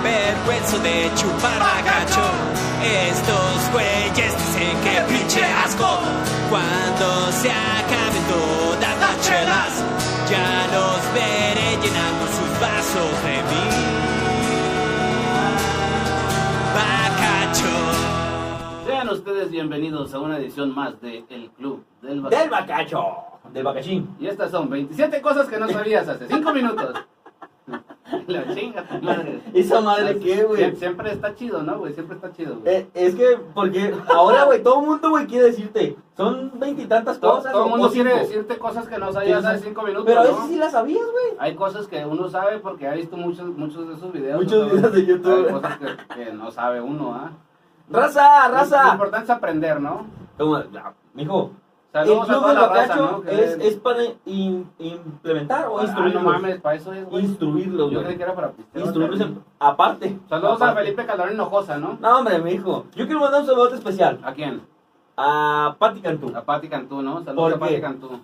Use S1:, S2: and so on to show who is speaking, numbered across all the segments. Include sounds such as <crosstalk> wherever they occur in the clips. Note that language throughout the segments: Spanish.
S1: avergüenzo de chupar gacho Estos güeyes dicen que pinche asco. Cuando se acaben todas las chelas, ya los veré llenando sus vasos de mí. Bacacho.
S2: Sean ustedes bienvenidos a una edición más de El Club del Bacacho.
S3: Del bacacho. Del bacachín.
S2: Y estas son 27 cosas que no sabías hace 5 minutos.
S3: <laughs>
S2: La chinga tu madre.
S3: Esa madre qué, güey.
S2: Sie- Siempre está chido, ¿no, güey? Siempre está chido, güey.
S3: Eh, es que, porque ahora, güey, todo el mundo, güey, quiere decirte. Son veintitantas
S2: todo
S3: cosas.
S2: todo el
S3: o-
S2: mundo
S3: o
S2: quiere
S3: cinco.
S2: decirte cosas que no sabías hace 5 minutos,
S3: Pero a
S2: ¿no?
S3: veces sí las sabías, güey.
S2: Hay cosas que uno sabe porque ha visto muchos, muchos de esos videos.
S3: Muchos
S2: ¿no?
S3: videos de YouTube.
S2: Hay cosas que, que no sabe uno, ¿ah?
S3: Raza,
S2: Lo
S3: raza.
S2: importante es aprender, ¿no?
S3: Como, ya, mijo. El
S2: Saludos a
S3: club
S2: toda
S3: del
S2: la raza,
S3: bacacho
S2: ¿no? Que-
S3: es, es para in- implementar o
S2: Ah,
S3: instruirlos.
S2: no mames, para eso es, güey.
S3: Instruirlos,
S2: Yo
S3: güey.
S2: creí que era para pistear.
S3: Instruirlos en- aparte.
S2: Saludos a
S3: Aparte.
S2: Felipe Calderón Hinojosa, ¿no?
S3: No, hombre, mijo. Yo quiero mandar un saludo especial
S2: ¿A quién?
S3: a Pati Cantú.
S2: A Pati Cantú, ¿no?
S3: ¿Por
S2: Saludos
S3: qué?
S2: a Pati Cantú.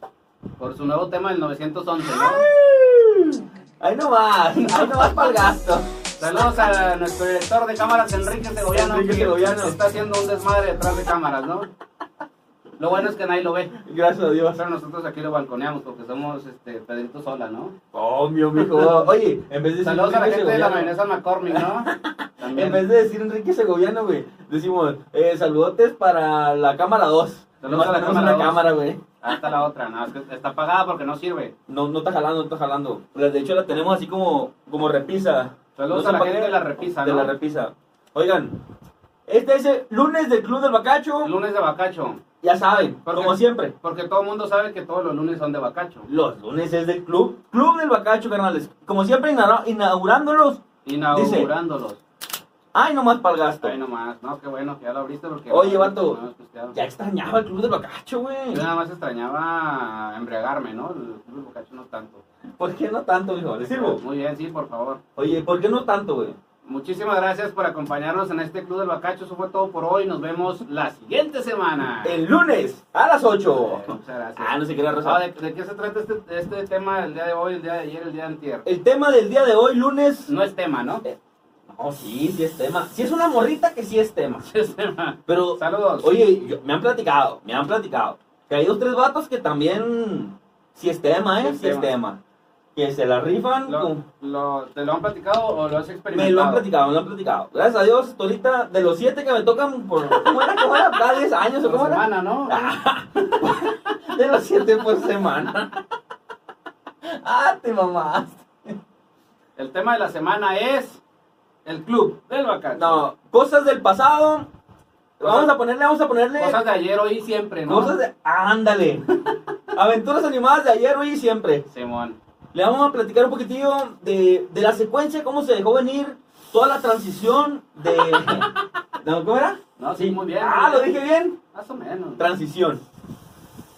S2: Por su nuevo tema del 911, ¿no?
S3: Ahí nomás, ahí nomás para el gasto.
S2: Saludos a nuestro director de cámaras, Enrique Segoviano.
S3: Enrique
S2: que
S3: Segoviano.
S2: Está haciendo un desmadre detrás de cámaras, ¿no? Lo bueno es que nadie lo ve.
S3: Gracias a Dios.
S2: Pero nosotros aquí lo balconeamos porque somos este, Pedrito Sola, ¿no?
S3: Oh, mío, mijo.
S2: <laughs>
S3: Oye, en vez de decir
S2: Saludos a la
S3: Enrique
S2: gente de la
S3: Segoviano,
S2: mayonesa McCormick, ¿no?
S3: <laughs> En vez de decir Enrique Segoviano, güey, decimos, eh, saludotes para la cámara 2.
S2: Saludos a la
S3: tenemos
S2: cámara
S3: una
S2: dos.
S3: cámara, güey.
S2: Hasta Ah, la otra, no, es que está apagada porque no sirve.
S3: No, no está jalando, no está jalando. De hecho, la tenemos así como, como repisa.
S2: Saludos
S3: No
S2: a la
S3: se
S2: gente
S3: apague-
S2: de la repisa,
S3: De
S2: ¿no?
S3: la repisa. Oigan, este es el lunes del Club del Bacacho.
S2: Lunes de bacacho.
S3: Ya saben,
S2: ¿Por
S3: como
S2: qué?
S3: siempre.
S2: Porque todo el mundo sabe que todos los lunes son de bacacho.
S3: Los lunes es del club. Club del Bacacho, carnales. Como siempre, inaugura- inaugurándolos.
S2: Inaugurándolos.
S3: Ay, nomás para el gasto.
S2: Ahí nomás. No, qué bueno, que ya lo abriste porque...
S3: Oye, vato.
S2: No, pues, ya-
S3: Ya extrañaba el Club del Bacacho, güey.
S2: Yo nada más extrañaba embriagarme, ¿no? El club bacacho no tanto.
S3: ¿Por qué no tanto, mijo? ¿Le sirvo?
S2: Muy bien, sí, por favor.
S3: Oye, ¿por qué no tanto, güey?
S2: Muchísimas gracias por acompañarnos en este Club del Bacacho. Eso fue todo por hoy. Nos vemos la siguiente semana.
S3: El lunes a las 8.
S2: Eh, Muchas gracias.
S3: Ah, no se quería
S2: Ah,
S3: rezar.
S2: ¿de, de qué se trata este, este tema el día de hoy, el día de ayer, el día de antier?
S3: El tema del día de hoy, lunes.
S2: No es tema, ¿no?
S3: No, sí, sí es tema. Sí es una morrita que sí es tema.
S2: Es tema.
S3: Pero,
S2: Saludos.
S3: Eh, oye, yo- me han platicado, me han platicado. Que hay dos, tres vatos que también sí es tema, ¿eh?
S2: Sí es
S3: Sí es tema. Que se la rifan
S2: ¿Lo,
S3: con-
S2: lo- te lo han platicado o lo has experimentado?
S3: Me lo han platicado, me lo han platicado. Gracias a Dios, hasta ahorita de los siete que me tocan por. ¿Cómo era? ¿Cómo era? Cada 10 años o
S2: Por
S3: cómo era? Ah.
S2: semana,
S3: <laughs>
S2: ¿no?
S3: De los siete por semana. Ah, te mamaste.
S2: El tema de la semana es el club del Bacacho.
S3: No, cosas del pasado. Vamos a ponerle, vamos a ponerle.
S2: Cosas de ayer, hoy y siempre, ¿no?
S3: cosas de- Ándale. Aventuras animadas de ayer, hoy y siempre.
S2: Simón.
S3: Le vamos a platicar un poquitillo de, de la secuencia, cómo se dejó venir toda la transición
S2: <laughs>
S3: de. ¿No, ¿Cómo era?
S2: No, sí, muy bien.
S3: Ah,
S2: muy
S3: lo
S2: bien.
S3: dije bien.
S2: Más o menos.
S3: Transición.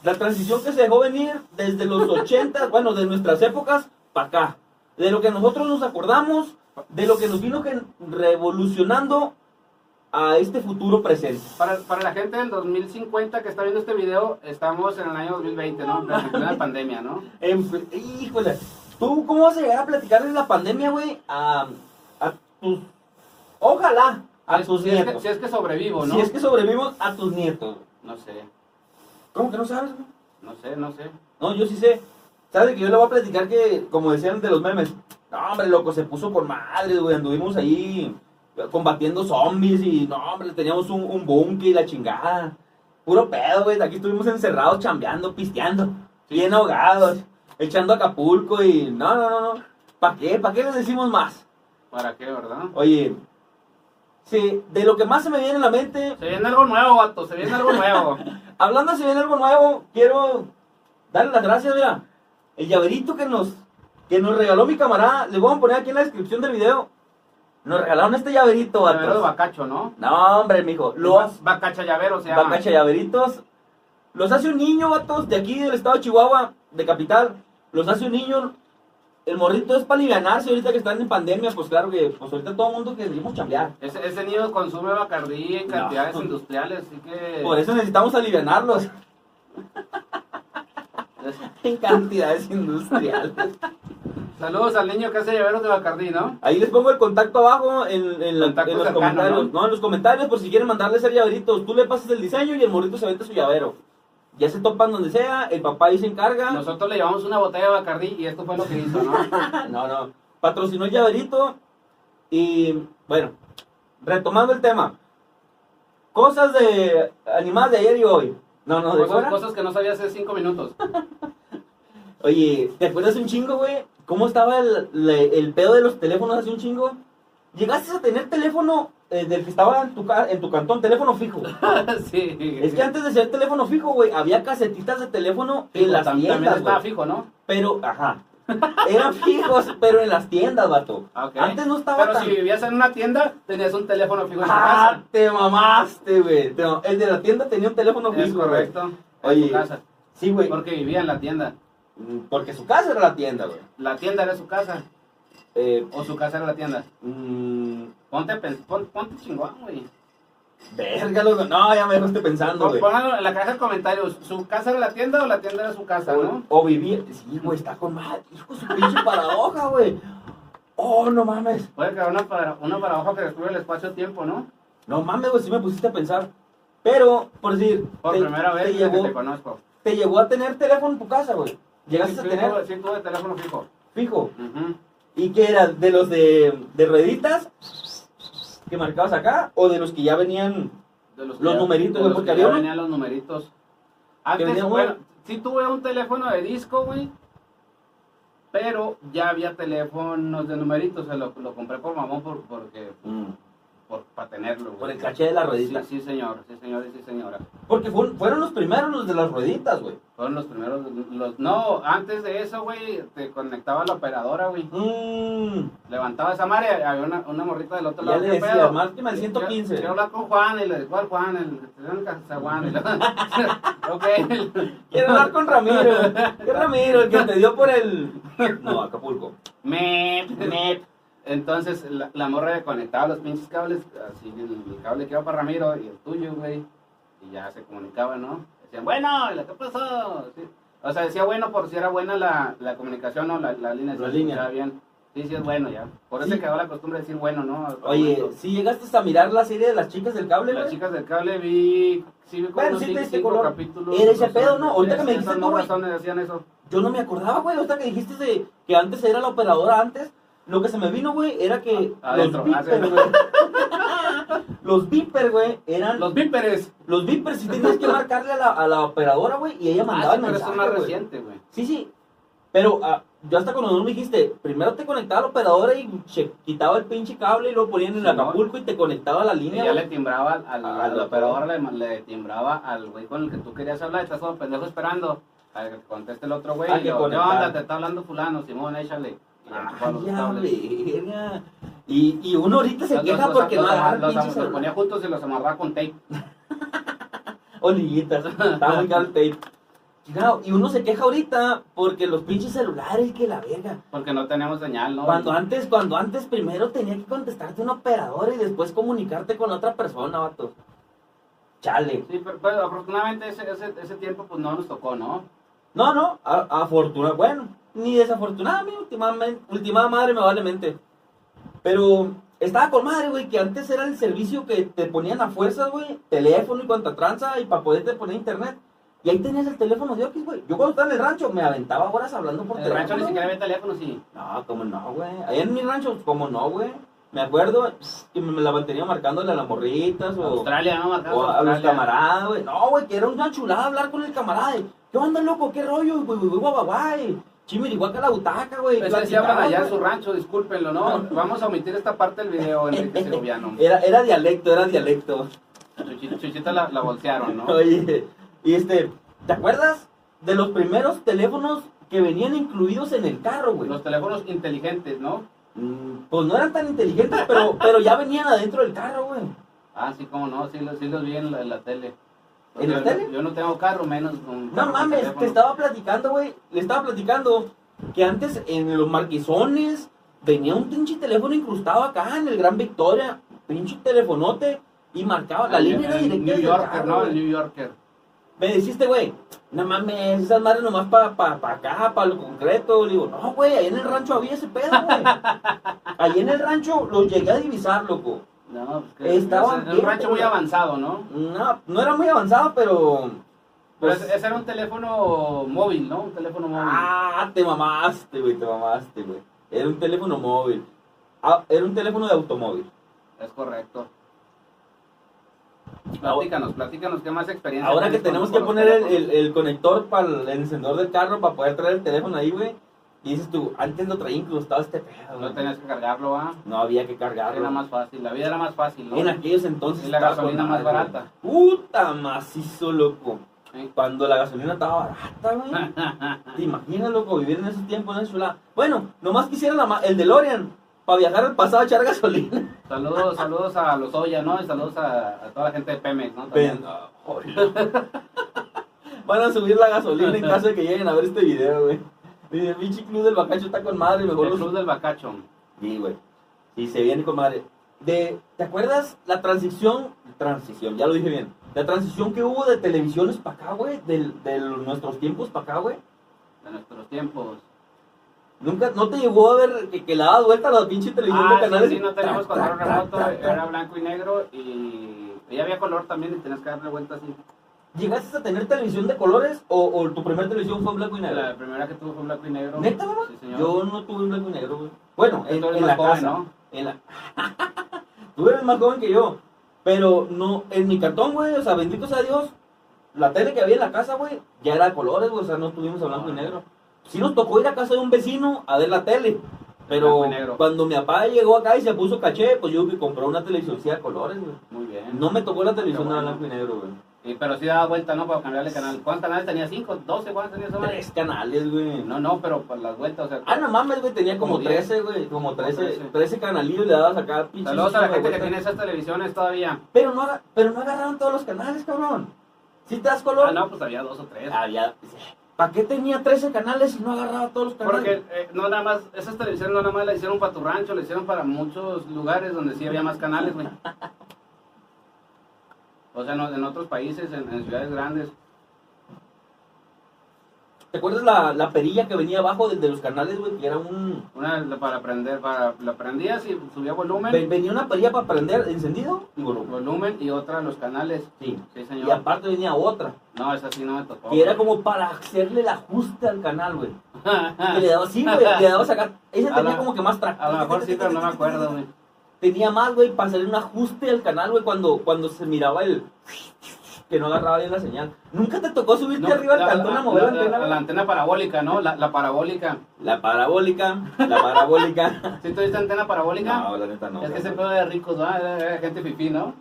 S3: La transición que se dejó venir desde los 80, <laughs> bueno, de nuestras épocas para acá. De lo que nosotros nos acordamos, de lo que nos vino gen- revolucionando a este futuro presente.
S2: Para, para la gente del 2050 que está viendo este video, estamos en el año 2020, ¿no? En plena pandemia, ¿no?
S3: En pl- Em, híjole, ¿tú cómo vas a llegar a platicar de la pandemia, güey? A, a tus. Ojalá, <laughs> a
S2: Si-
S3: tus
S2: si es, que,
S3: nietos.
S2: si es que sobrevivo, ¿no?
S3: Si es que sobrevivimos a tus nietos.
S2: No sé,
S3: ¿Cómo que no sabes, güey?
S2: no sé, no sé.
S3: No, yo sí sé. ¿Sabes que yo le voy a platicar que, como decían de los memes, no, hombre, loco, se puso con madre, güey, anduvimos ahí combatiendo zombies y, no, hombre, teníamos un, un búnker y la chingada. Puro pedo, güey, aquí estuvimos encerrados, chambeando, pisteando, bien ahogados, echando Acapulco y, no, no, no, no. ¿Para qué? ¿Para qué les decimos más?
S2: ¿Para qué, verdad?
S3: Oye, sí, de lo que más se me viene a la mente,
S2: Se viene algo nuevo, vato, se viene
S3: <laughs>
S2: algo nuevo.
S3: Hablando si viene algo nuevo, quiero darle las gracias, mira. El llaverito que nos, que nos regaló mi camarada, les voy a poner aquí en la descripción del video. Nos regalaron este llaverito,
S2: Llavero de
S3: vatos.
S2: bacacho, ¿no?
S3: No, hombre, mijo. Los
S2: Ba- Bacacha llavero se llama.
S3: bacacha llaveritos. Los hace un niño, vatos, de aquí del estado de Chihuahua, de capital. Los hace un niño. El morrito es para livianarse ahorita que están en pandemia, pues claro que, pues ahorita todo el mundo que queremos chambear.
S2: Ese, ese niño consume bacardí en
S3: No.
S2: cantidades industriales, así que...
S3: Por eso necesitamos alivianarlos
S2: es-
S3: en cantidades industriales.
S2: Saludos al niño que hace llaveros de Bacardí, ¿no?
S3: Ahí les pongo el contacto abajo en, en la-
S2: Contacto
S3: en los
S2: cercano,
S3: comentarios.
S2: ¿no?
S3: ¿no? en los comentarios por si quieren mandarle ser llaveritos. Tú le pasas el diseño y el morrito se vende su llavero. Ya se topan donde sea, el papá ahí se encarga.
S2: Nosotros le llevamos una botella de Bacardí y esto fue lo que hizo, ¿no?
S3: <laughs> No, no. Patrocinó el llaverito. Y bueno, retomando el tema. Cosas de animadas de ayer y hoy. No, no, de
S2: cosas,
S3: fuera.
S2: cosas que no sabía hace cinco minutos. <laughs>
S3: Oye, ¿te acuerdas un chingo, güey? ¿Cómo estaba el, le- el pedo de los teléfonos hace un chingo? Llegaste a tener teléfono eh, del que estaba en tu, ca- en tu cantón, teléfono fijo.
S2: sí.
S3: Es que antes de ser teléfono fijo, güey, había casetitas de teléfono
S2: Fijo,
S3: en las
S2: tam- también
S3: tiendas,
S2: estaba
S3: güey.
S2: fijo, ¿no?
S3: Pero, ajá. Eran fijos, pero en las tiendas, vato.
S2: Ah, ok.
S3: Antes no estaba
S2: Pero
S3: tan...
S2: si vivías en una tienda, tenías un teléfono fijo en tu
S3: ¡Ah,
S2: casa.
S3: te mamaste, güey! Te mam- El de la tienda tenía un teléfono fijo,
S2: Es
S3: güey.
S2: correcto. En
S3: Oye,
S2: tu casa.
S3: Sí, güey.
S2: Porque vivía en la tienda.
S3: Mm, Porque su casa era la tienda, güey.
S2: La tienda era su casa.
S3: Eh,
S2: O su casa era la tienda.
S3: mm,
S2: Ponte, a pens- pon- ponte chingón, güey.
S3: verga, loco. No, ya me dejaste pensando,
S2: Pon-
S3: güey.
S2: Pónganlo en la caja de comentarios. ¿Su casa era la tienda o la tienda era su casa, no?
S3: O vivía... Sí, güey, está con madre. Hijo, su pinche paradoja, güey. Oh, no mames.
S2: Puede quedar una para, una para abajo que descubre el espacio-tiempo, ¿no?
S3: No mames, güey, sí me pusiste a pensar. Pero, por decir,
S2: Por
S3: te,
S2: primera
S3: te
S2: vez desde
S3: llegó,
S2: que te conozco.
S3: te llegó a tener teléfono en tu casa, güey. Llegaste
S2: Sí,
S3: a
S2: sí,
S3: tener
S2: tuve- Sí, tuve teléfono fijo.
S3: fijo.
S2: Ujú.
S3: ¿Y qué era? ¿De los de, de rueditas que marcabas acá? ¿O de los que ya venían?
S2: De los,
S3: Los
S2: que-
S3: numeritos,
S2: de
S3: güey,
S2: los
S3: porque
S2: que
S3: había
S2: ya
S3: uno-
S2: venían los numeritos. Antes,
S3: venía uno-
S2: bueno, sí tuve un teléfono de disco, güey. Pero ya había teléfonos de numeritos. Se lo, lo compré por mamón por, porque, por, para tenerlo, güey.
S3: mm, Por el caché de las rueditas.
S2: Sí, sí, señor. Sí, señor y sí, señora.
S3: Porque fueron, fueron los primeros los de las rueditas, güey.
S2: Fueron los primeros. Los, no, antes de eso, güey, te conectaba la operadora, güey.
S3: Mm,
S2: Levantaba esa madre, había una, una morrita del otro
S3: ya
S2: lado.
S3: le
S2: ¿qué
S3: decía,
S2: pedo?
S3: márqueme al
S2: Quiero-
S3: 115.
S2: Quiero hablar con Juan y le digo al Juan, el que está en casa, Juan. Y lo, <laughs> ok.
S3: Quiero hablar con Ramiro. ¿Qué Ramiro? El que te dio por el... No, Acapulco.
S2: Mep, mep. Entonces la, la morra le conectaba los pinches cables, así el, el cable que iba para Ramiro y el tuyo, güey. Y ya se comunicaban, ¿no? Decían, bueno, ¿y la- ¿qué pasó? Sí. O sea, decía bueno por si era buena la, la comunicación o la, la línea.
S3: La
S2: se
S3: línea.
S2: escuchaba bien. Sí, sí, es bueno ya. Por eso
S3: Sí.
S2: se quedó la costumbre de decir bueno, ¿no? Hasta el
S3: Oye,
S2: momento.
S3: si llegaste a mirar la serie de las chicas del cable,
S2: Las
S3: güey.
S2: chicas del cable vi. Sí, vi como
S3: Bueno,
S2: unos
S3: sí te
S2: cinco-
S3: diste
S2: cinco
S3: color.
S2: capítulos.
S3: Era ese
S2: no
S3: pedo,
S2: sé,
S3: ¿no? Ahorita que me
S2: esas
S3: dijiste tú,
S2: morras
S3: güey.
S2: donde hacían eso.
S3: Yo no me acordaba, güey. Ahorita que dijiste de, que antes era la operadora antes, lo que se me vino, güey, era que
S2: Adentro.
S3: los
S2: hacen-
S3: beepers, güey. <laughs> Los beepers, güey, eran...
S2: Los ah, víperes.
S3: Los beepers sí tenías que marcarle a la, a la operadora, güey, y ella mandaba
S2: Ah, sí,
S3: el
S2: pero eso
S3: mensaje,
S2: es más
S3: güey.
S2: reciente, güey.
S3: Sí, sí. Pero ah, yo hasta cuando no me dijiste, primero te conectaba a la operadora y se quitaba el pinche cable y lo ponían en
S2: Sí,
S3: Acapulco y te conectaba a la
S2: Y
S3: línea,
S2: ya
S3: güey.
S2: le timbraba al, al,
S3: Ah,
S2: al
S3: la
S2: operador, le, le timbraba al güey con el que tú querías hablar. Estás como pendejo esperando a que te conteste el otro güey.
S3: Ah,
S2: y
S3: que
S2: yo, ¿Qué
S3: conectar.
S2: onda? Te está hablando Fulano, Simón, échale. Y le
S3: Ah,
S2: chupaba los
S3: ya,
S2: cables.
S3: verga. Y, y uno ahorita se
S2: Los-
S3: queja
S2: los-
S3: porque
S2: los-
S3: no
S2: los-
S3: agarra
S2: los,
S3: el pinche
S2: los ponía
S3: celular.
S2: juntos y los amarraba con tape.
S3: Oliguitas, estaba muy caro el tape. Chingado, y uno se queja ahorita porque los pinches celulares, que la verga.
S2: Porque no teníamos señal, ¿no?
S3: Cuando antes, cuando antes primero tenía que contestarte un operador y después comunicarte con la otra persona, vato. Chale.
S2: Sí, pero, pero afortunadamente ese, ese, ese tiempo pues no nos tocó, ¿no?
S3: No, no, a- afortuna, bueno, ni desafortunada, mi últimamente, última madre me vale mente. Pero estaba con madre, güey, que antes era el servicio que te ponían a fuerzas, güey, teléfono y cuanta tranza y para poderte poner internet. Y ahí tenías el teléfono de Oquis, güey. Yo cuando estaba en el rancho me aventaba horas hablando por
S2: En el
S3: teléfono.
S2: rancho ni
S3: güey.
S2: siquiera había teléfono, sí.
S3: No, cómo no, güey. Allá en mi rancho, cómo no, güey. Me acuerdo pss, que me la mantenía marcándole a las morritas o,
S2: Australia, ¿no? Marcaba
S3: o a los
S2: Australia.
S3: camaradas, güey. No, güey, que era una chulada hablar con el camarada. de, ¿Qué onda, loco? ¿Qué rollo? Güey, güey, guau, guay. Chimirihuaca la butaca, güey.
S2: Pues así
S3: platicaba,
S2: hablan allá en
S3: güey.
S2: su rancho, discúlpenlo, ¿no? Vamos a omitir esta parte del video, Enrique Segoviano.
S3: Era, era dialecto, era dialecto.
S2: Chuchi- Chuchita la, la voltearon, ¿no?
S3: <laughs> Oye, y este, ¿te acuerdas de los primeros teléfonos que venían incluidos en el carro, güey?
S2: Los teléfonos inteligentes, ¿no?
S3: Mm, Pues no eran tan inteligentes, pero, pero ya venían adentro del carro, güey.
S2: Ah, sí, cómo no, sí, los, sí los vi en la, en la tele.
S3: ¿En la
S2: Yo-
S3: tele?
S2: Yo no tengo carro, menos. un
S3: No
S2: carro con
S3: mames,
S2: teléfono.
S3: te estaba platicando, güey. Le estaba platicando que antes en los marquizones venía un pinche teléfono incrustado acá en el Gran Victoria. Pinche telefonote. Y marcaba la
S2: Ah,
S3: línea
S2: en-
S3: era
S2: en
S3: directa.
S2: New
S3: del
S2: Yorker,
S3: carro,
S2: ¿no? El
S3: güey.
S2: New Yorker.
S3: me dijiste, güey, no mames, esas madres nomás para pa, pa acá, para lo concreto. Le digo, no, güey, ahí en el rancho había ese pedo,
S2: <laughs>
S3: güey. Ahí en el rancho los llegué a divisar, loco.
S2: No, pues que
S3: Estaban
S2: es, es un
S3: bien,
S2: rancho muy
S3: pero-
S2: avanzado, ¿no?
S3: No, no era muy avanzado, pero.
S2: Pero
S3: Pues,
S2: ese, ese era un teléfono móvil, ¿no? Un teléfono móvil.
S3: Ah, te mamaste, güey, te mamaste, güey. Era un teléfono móvil. Ah, era un teléfono de automóvil.
S2: Es correcto. Platícanos, platícanos qué más experiencia.
S3: Ah, Ahora que
S2: tienes
S3: tenemos
S2: con- con
S3: que
S2: los
S3: poner el,
S2: teléfonos?
S3: el- el conector para el encendedor del carro para poder traer el teléfono ahí, güey. Y dices tú, antes no traía incrustado este pedo.
S2: No
S3: güey.
S2: tenías que cargarlo, ¿ah?
S3: No había que
S2: Era
S3: cargarlo.
S2: más fácil, la vida era más fácil, ¿no?
S3: En aquellos entonces.
S2: Y la
S3: estaba
S2: gasolina
S3: con
S2: más
S3: madre,
S2: barata.
S3: güey. Puta macizo, loco.
S2: Sí.
S3: Cuando la gasolina estaba barata, güey.
S2: <laughs>
S3: ¿Te imaginas, loco, vivir en esos tiempos en chulada? Bueno, nomás quisiera la ma- el DeLorean para viajar al pasado a echar gasolina.
S2: Saludos, saludos a los Oya, ¿no? Y saludos a, a toda la gente de Pemex, ¿no? También.
S3: Ven, ah, joder. <laughs> Van a subir la gasolina en caso de que lleguen a ver este video, güey. Dice, el pinche club del bacacho está con madre, mejor
S2: El
S3: lo
S2: Club
S3: sub-".
S2: del Bacacho.
S3: Sí, güey. Sí, se viene con madre. De, ¿Te acuerdas la transición? Transición, ya lo dije bien. La transición que hubo de televisiones para acá, güey. del- De, nuestros tiempos para acá, güey.
S2: de nuestros tiempos.
S3: Nunca, no te llegó a ver que, que la daba vuelta la pinche televisión
S2: Ah,
S3: de canales.
S2: sí, sí, no teníamos
S3: Ta,
S2: control
S3: ta, ta,
S2: remoto,
S3: ta, ta.
S2: era blanco y negro y y había color también y tenías que darle vuelta así.
S3: ¿Llegaste a tener televisión de colores o, o tu primer televisión fue en blanco y negro?
S2: La primera que tuvo fue blanco y negro.
S3: ¿Neta, mamá?
S2: Sí, señor.
S3: Yo no tuve en blanco y negro, güey. Bueno, en,
S2: Tú eres
S3: en la
S2: más joven,
S3: casa.
S2: ¿no?
S3: En la... <laughs> Tú eres más joven que yo. Pero no, en mi cartón, güey, o sea, bendito sea Dios, la tele que había en la casa, güey, ya era de colores, güey, o sea, no estuvimos a
S2: Ah.
S3: blanco y negro. Sí nos tocó ir a casa de un vecino a ver la tele. Pero
S2: Blanco y negro.
S3: cuando mi papá llegó acá y se puso caché, pues yo que compró una televisión sí, a colores, güey.
S2: Muy bien.
S3: No me tocó la televisión
S2: Qué
S3: a
S2: bueno.
S3: blanco y negro, güey.
S2: Y, pero sí daba vuelta, ¿no? Para cambiarle canal. ¿Cuántos canales tenía? ¿Cinco? ¿Doce? ¿Cuántos tenía esa madre?
S3: Tres canales, güey.
S2: No, no, pero por las vueltas, o sea.
S3: Ah, no mames, güey, tenía como
S2: Como diez.
S3: 13, güey, como 13,
S2: 13.
S3: 13 canalillos le dabas acá, pinche.
S2: Saludos a la
S3: cinco
S2: gente que
S3: vueltas.
S2: tiene esas televisiones todavía.
S3: Pero no, aga- pero no agarraron todos los canales, cabrón. Si te das color.
S2: Ah, no, pues había dos o tres.
S3: Había. ¿Para qué tenía 13 canales si no agarraba todos los canales?
S2: Porque eh, no nada más, esas televisiones no nada más la hicieron para tu rancho, la hicieron para muchos lugares donde sí había más canales, güey. O sea, en, en otros países, en, en ciudades grandes.
S3: ¿Te acuerdas la, la perilla que venía abajo del de los canales, güey? Que era un.
S2: Una la- para aprender, para, la prendías y subía volumen,
S3: ve- Venía una perilla para prender encendido y volumen.
S2: volumen y otra los canales.
S3: Sí.
S2: Sí,
S3: Y
S2: señor.
S3: aparte venía otra.
S2: No, esa sí no me tocó.
S3: Que era como para hacerle el ajuste al canal, güey.
S2: <laughs>
S3: Que le
S2: a
S3: daba así, güey. Le daba sacar. Ella
S2: Ah. <laughs> A
S3: tenía
S2: la-
S3: como que más tra-
S2: lo mejor sí, pero no me acuerdo, güey.
S3: tenía más, güey, para hacer un ajuste al canal, güey, cuando, cuando se miraba el... que no agarraba bien la señal. ¿Nunca te tocó subirte
S2: No,
S3: arriba al
S2: la-
S3: cantón
S2: la-
S3: a mover la,
S2: la-
S3: antena?
S2: la-
S3: güey?
S2: la antena parabólica, ¿no? La, la parabólica.
S3: La parabólica, la
S2: <laughs>
S3: parabólica.
S2: ¿Sí tuviste antena parabólica?
S3: no, la neta no.
S2: es que
S3: güey.
S2: ese pedo de ricos, ¿no? Era, era gente fifí, ¿no?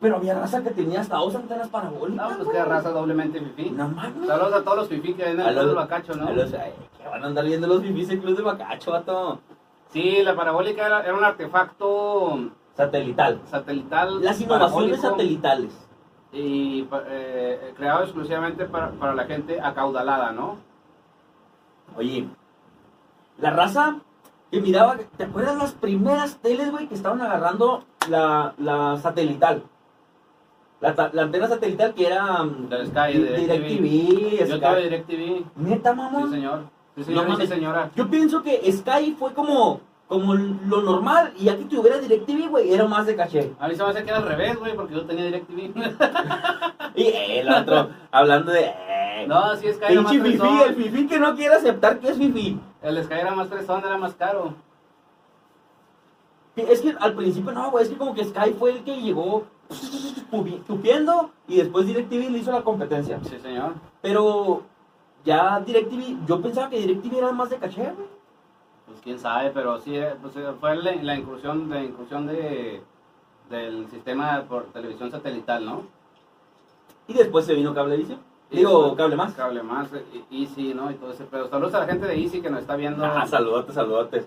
S3: Pero había raza que tenía hasta dos antenas
S2: No,
S3: parabólicas.
S2: pues
S3: güey.
S2: que raza doblemente fifí.
S3: No mames.
S2: Saludos a todos los fifí que ven en el club del bacacho,
S3: a
S2: ¿no?
S3: los- ay, que van a andar viendo los bifis del club de bacacho, vato.
S2: Sí, la parabólica era, era un artefacto
S3: Satelital.
S2: satelital.
S3: Las innovaciones
S2: parabólico
S3: satelitales.
S2: Y pa- eh, creado exclusivamente para, para la gente acaudalada, ¿no?
S3: Oye, la raza que miraba, ¿te acuerdas las primeras teles, güey, que estaban agarrando la, la satelital? La, ta- la antena satelital que era mm,
S2: Del Sky,
S3: Di-
S2: de
S3: DirecTV,
S2: Yo
S3: Sky.
S2: tuve DirecTV.
S3: Neta,
S2: Sí,
S3: mamón.
S2: señor. Sí,
S3: No
S2: señor. y sí,
S3: mames.
S2: señora.
S3: Yo pienso que Sky fue como, como lo normal y ya que tuviera DirecTV, güey, era más de caché.
S2: A mí se me hace que era al revés, güey, porque yo tenía DirecTV.
S3: Y el
S2: <laughs>
S3: otro, hablando de... eh,
S2: no, sí, Sky era más
S3: pinche fifí, el
S2: fresón.
S3: fifí que no quiere aceptar que es fifí.
S2: El Sky era más fresón, era más caro.
S3: Es que al principio no, güey, es que como que Sky fue el que llegó tupi- tupiendo y después DirecTV le hizo la competencia.
S2: Sí, señor.
S3: Pero ya DirecTV, yo pensaba que DirecTV era más de caché, güey.
S2: Pues quién sabe, pero sí, eh, pues, eh, fue la, la incursión, la incursión de, del sistema por televisión satelital, ¿no?
S3: Y después se vino Cablevisión.
S2: Y
S3: Digo,
S2: después-
S3: cable más.
S2: Cable más, eh, y- Easy, ¿no? Y todo ese pedo. Saludos a la gente de Easy que nos está viendo.
S3: Ah, saludotes, saludotes.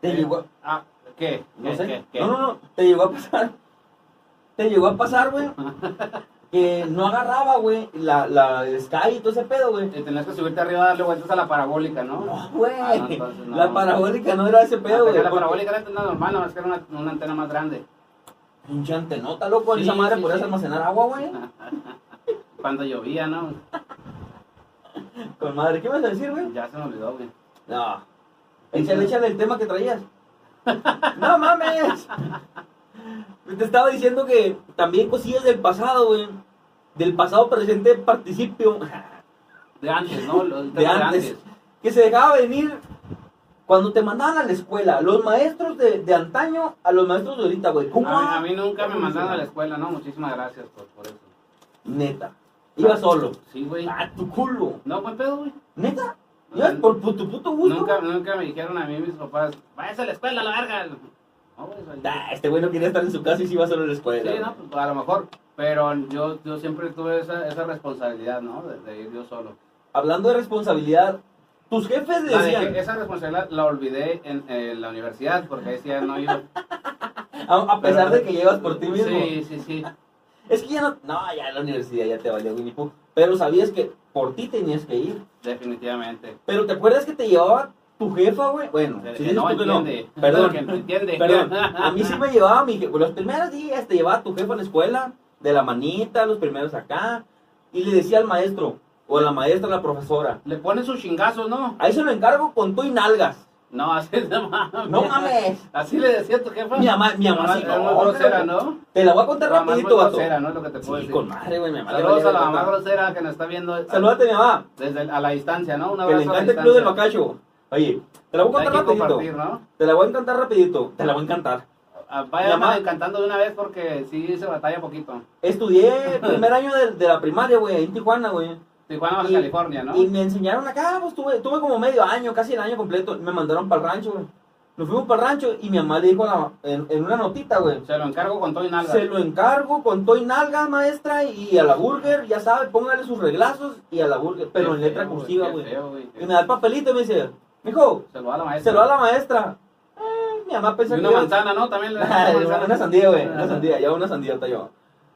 S3: Te
S2: Eh,
S3: llegó,
S2: ah, ¿qué?
S3: no
S2: ¿Qué?
S3: sé,
S2: ¿Qué? ¿Qué?
S3: no, no, no, te llegó a pasar, te llegó a pasar,
S2: <laughs>
S3: güey, que no agarraba, güey, la, la Sky y todo ese pedo, güey.
S2: Y tenías que subirte arriba a darle vueltas a la parabólica, ¿no?
S3: No, güey,
S2: Eh, Ah, no, entonces no.
S3: la parabólica no era ese
S2: Ah,
S3: pedo, güey.
S2: La
S3: porque-
S2: parabólica era antena normal, nada más que era una, una antena más grande.
S3: Pinche antenota, loco. en
S2: Sí,
S3: esa madre
S2: sí,
S3: podías
S2: sí.
S3: almacenar agua, güey.
S2: <laughs> Cuando llovía, ¿no? Ah.
S3: Con madre, ¿qué vas a decir, güey?
S2: Ya se me olvidó, güey.
S3: No. Échale, échale el tema que traías. ¡No mames! Te estaba diciendo que también cosillas del pasado, güey. Del pasado presente participio.
S2: De antes, ¿no? Lo- el
S3: de
S2: tema
S3: antes, que se dejaba venir cuando te mandaban a la escuela, los maestros de, de antaño a los maestros de ahorita, güey. ¿Cómo?
S2: A,
S3: ha-
S2: mí- a mí nunca me
S3: cómo
S2: mandaron a la
S3: funciona?
S2: escuela, ¿no? Muchísimas gracias por, por eso.
S3: Neta. Iba solo.
S2: Sí, güey.
S3: Ah, tu culo.
S2: No, buen pedo, güey.
S3: Neta. Ibas por pu- tu puto gusto.
S2: Nunca, nunca me dijeron a mí mis papás, váyase a la escuela, la verga. No, güey, soy-
S3: Ah, este güey no quería estar en su casa y se iba solo a la escuela.
S2: Sí, no, pues, a lo mejor. Pero yo, yo siempre tuve esa, esa responsabilidad, ¿no? De, de ir yo solo.
S3: Hablando de responsabilidad, tus jefes
S2: La dejé-
S3: decían,
S2: esa responsabilidad la olvidé en, en la universidad porque decía no iba.
S3: a, <laughs> a pesar de que llevas por ti mismo.
S2: Sí, sí, sí.
S3: Es que ya no. No, ya en la universidad ya te valía Winnie Pooh. Pero sabías que por ti tenías que ir.
S2: Definitivamente.
S3: Pero te acuerdas que te llevaba tu jefa, güey. Bueno,
S2: El
S3: si
S2: que
S3: dices
S2: no
S3: tú que no.
S2: entiende. El
S3: Perdón,
S2: que no entiende. <laughs>
S3: perdón. A mí sí me llevaba mi jefa. Los primeros días te llevaba tu jefa a la escuela, de la manita, los primeros acá. Y le decía al maestro, o a la maestra, a la profesora,
S2: Le ponen sus chingazos, ¿no?
S3: ahí se lo encargo con tú y nalgas.
S2: No, así no mames.
S3: No mames.
S2: Así le decía a tu jefa.
S3: Mi mamá, mi mamá sí,
S2: era
S3: no,
S2: muy grosera,
S3: pero-
S2: ¿no?
S3: Te la voy a contar
S2: La mamá es muy
S3: rapidito, vato.
S2: grosera, ¿no? Es lo que te puedo
S3: Sí,
S2: decir.
S3: con madre, güey, mi mamá. le
S2: Saludos
S3: valía
S2: a la
S3: verga.
S2: mamá grosera que nos está viendo
S3: Salúdate, mi mamá.
S2: desde el- a la distancia, ¿no? Un
S3: Que
S2: abrazo
S3: le
S2: a la
S3: encanta el club del
S2: distancia.
S3: bacacho. Oye, te la voy a
S2: Hay
S3: contar
S2: que
S3: rapidito.
S2: compartir, ¿no?
S3: Te la voy a encantar rapidito. Te la voy a encantar.
S2: Ah,
S3: Mi
S2: Vayan
S3: mamá-
S2: encantando de una vez porque sí se batalla poquito.
S3: Estudié
S2: <laughs>
S3: el primer año de, de la primaria, güey, en Tijuana, güey.
S2: Tijuana, Baja
S3: Y-
S2: California, ¿no?
S3: Y me enseñaron acá, pues tuve, tuve como medio año, casi el año completo. Me mandaron para el rancho, güey. Nos fuimos para el rancho y mi mamá le dijo a la- en, en una notita, güey.
S2: Se lo encargo con todo y nalga.
S3: Se lo encargo con toy nalga, maestra, y a la burger, ya sabe, póngale sus reglazos y a la burger, pero
S2: Qué
S3: en letra
S2: feo,
S3: cursiva,
S2: qué
S3: güey.
S2: feo, güey.
S3: Y me da el papelito y me dice, mijo,
S2: Se lo da a la maestra.
S3: se lo da a la maestra. Eh, mi mamá pensó
S2: Y
S3: que
S2: una
S3: iba-
S2: manzana, ¿no? También le
S3: Ay,
S2: da
S3: <laughs> una sandía, güey, una sandía, ya una sandía está yo.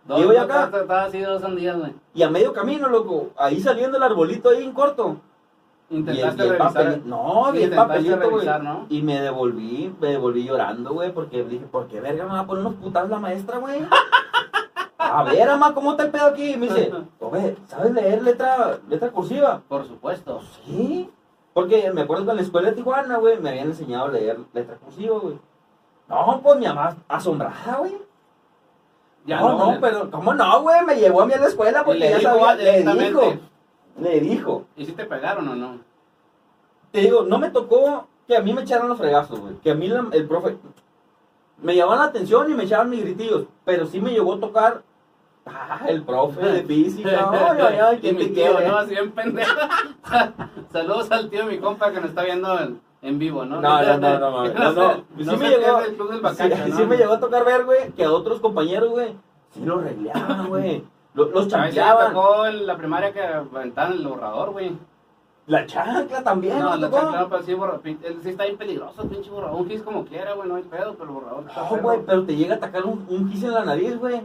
S2: Dos,
S3: Llego yo
S2: dos,
S3: acá.
S2: dos, Estaba así dos sandías, güey.
S3: Y a medio camino, loco, ahí saliendo el arbolito ahí en corto.
S2: Intentaste
S3: Y el- y el
S2: revisar.
S3: papel- No,
S2: Sí,
S3: vi el
S2: intentaste
S3: papelito, güey.
S2: revisar, ¿no?
S3: Y me devolví, me devolví llorando, güey, porque dije, ¿por qué verga me va a poner unos putas la maestra, güey?
S2: <laughs>
S3: A ver, ama, ¿cómo está el pedo aquí? Y me
S2: <laughs>
S3: dice, oye, ¿sabes leer letra, letra cursiva?
S2: Por supuesto.
S3: Sí. Porque me acuerdo que en la escuela de Tijuana, güey, me habían enseñado a leer letra cursiva, güey. No, pues mi mamá asombrada, güey.
S2: Ya
S3: no, no,
S2: le-
S3: pero ¿cómo no, güey? Me llevó a mí a la escuela porque
S2: le
S3: ya
S2: dijo
S3: sabía, le
S2: directamente.
S3: dijo, le dijo.
S2: ¿Y si te pegaron o no?
S3: Te digo, no me tocó que a mí me echaran los fregazos, güey. Que a mí la- el profe me llamaban la atención y me echaban mis gritillos, pero sí me llegó a tocar ah, el profe de
S2: <laughs>
S3: física. Ay, ay, ay,
S2: y
S3: ¿quién
S2: mi
S3: te
S2: tío,
S3: quiere?
S2: ¿no? Así bien pendejo. <laughs> Saludos al tío, mi compa, que nos está viendo en, en vivo, ¿no?
S3: No, no, no, no,
S2: <laughs>
S3: mames, no, no.
S2: sé-
S3: Sí
S2: no
S3: me
S2: sé
S3: llegó-
S2: qué es el club
S3: <laughs>
S2: del
S3: Sí,
S2: bacacho, ¿no?
S3: sí me llegó a tocar ver, güey, que a otros compañeros, güey, sí lo arreglaban, güey. Lo- Los
S2: A veces me
S3: chanclaban.
S2: tocó en la primaria que aventaban el borrador, güey.
S3: La chancla también.
S2: No,
S3: me
S2: la
S3: tocó.
S2: chancla no, pero sí, borra, pin- él sí está bien peligroso, el pinche borrador. Un gis como quiera, güey, no hay pedo, pero el borrador está
S3: No,
S2: perro.
S3: güey, pero te llega a atacar un, un gis en la nariz, <laughs> güey.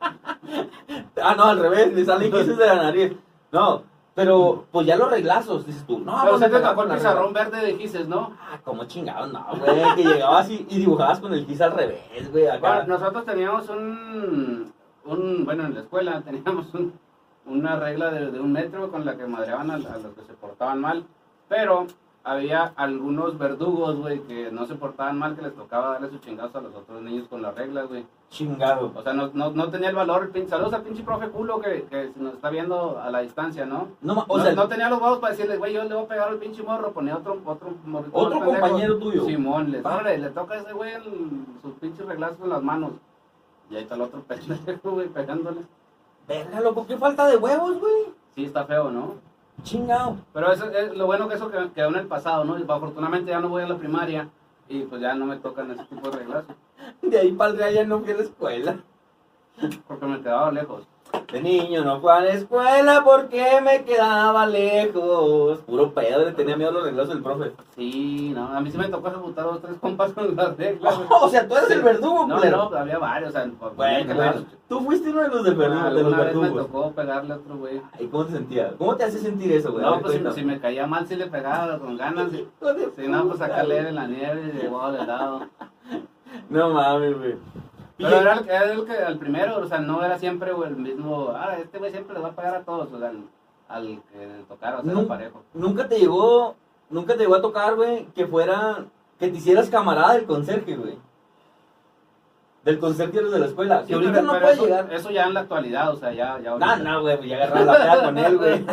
S3: ah, no, al revés, le salen gises de la nariz. No, pero pues ya los reglazos, dices tú. No,
S2: Pero
S3: pues,
S2: sí te
S3: atacar
S2: tocó
S3: con
S2: el
S3: la
S2: pizarrón verde de gises, ¿no?
S3: regla. Ah, como chingado, no, güey, que llegabas y, y dibujabas con el gis al revés, güey, acá.
S2: Bueno, nosotros teníamos un, un, bueno, en la escuela <laughs> teníamos un- una regla de, de un metro con la que madreaban a, a los que se portaban mal, pero había algunos verdugos, güey, que no se portaban mal, que les tocaba darle sus chingados a los otros niños con las reglas, güey.
S3: Chingado.
S2: O sea, no, no, no tenía el valor, el pin- saludos al pinche profe culo que, que nos está viendo a la distancia, ¿no?
S3: No, ma- o
S2: no,
S3: sea,
S2: no tenía los huevos para decirle, güey, yo le voy a pegar al pinche morro, ponía otro, otro morrito
S3: Otro
S2: más pendejo.
S3: compañero tuyo.
S2: Simón, le,
S3: Ah.
S2: órale, le toca a ese güey el- sus pinches reglazos con las manos. Y ahí está el otro <laughs> pendejo, güey, pegándole.
S3: verga, loco, qué falta de huevos, güey.
S2: Sí, está feo, ¿no?
S3: Chingado.
S2: Pero eso es lo bueno que eso quedó quedó en el pasado, ¿no? Y afortunadamente ya no voy a la primaria y pues ya no me tocan ese tipo de reglazos
S3: De ahí para allá ya no fui a la escuela.
S2: porque me quedaba lejos.
S3: De niño no fue a la escuela porque me quedaba lejos. Puro pedo, le tenía miedo a los reglasos del profe.
S2: Sí, no, a mí sí me tocó ejecutar dos, tres compas con las reglas. güey.
S3: <laughs> o sea, tú eres el verdugo,
S2: No,
S3: culero.
S2: no, había varios, o sea,
S3: Bueno,
S2: claro.
S3: tú fuiste uno de los del verdugo, de los
S2: Alguna vez me
S3: verdugos.
S2: tocó pegarle a otro güey.
S3: Ay, ¿cómo te sentías? ¿Cómo te hace sentir eso, güey? A
S2: No,
S3: ver,
S2: pues si,
S3: cuéntame.
S2: si me caía mal, si le pegaba con ganas. Si,
S3: Hijo de
S2: si no, pues
S3: puta,
S2: acá leer
S3: güey.
S2: en la nieve y llegó al helado.
S3: No mames, güey.
S2: Pero era el, era el que el primero, o sea, no era siempre güey, el mismo. Ah, este güey siempre le va a pagar a todos, o sea, al, al que le tocara, o sea,
S3: No.
S2: era parejo.
S3: Nunca te llegó, nunca te llegó a tocar, güey, que fuera, que te hicieras camarada del conserje, güey. Del conserje de los de la escuela. que
S2: Sí,
S3: ahorita
S2: pero-
S3: no
S2: pero
S3: puede
S2: eso,
S3: llegar.
S2: Eso ya en la actualidad, o sea, ya. ya
S3: No,
S2: ahorita.
S3: no, güey, pues ya agarrar la peda con él,
S2: <laughs>
S3: güey.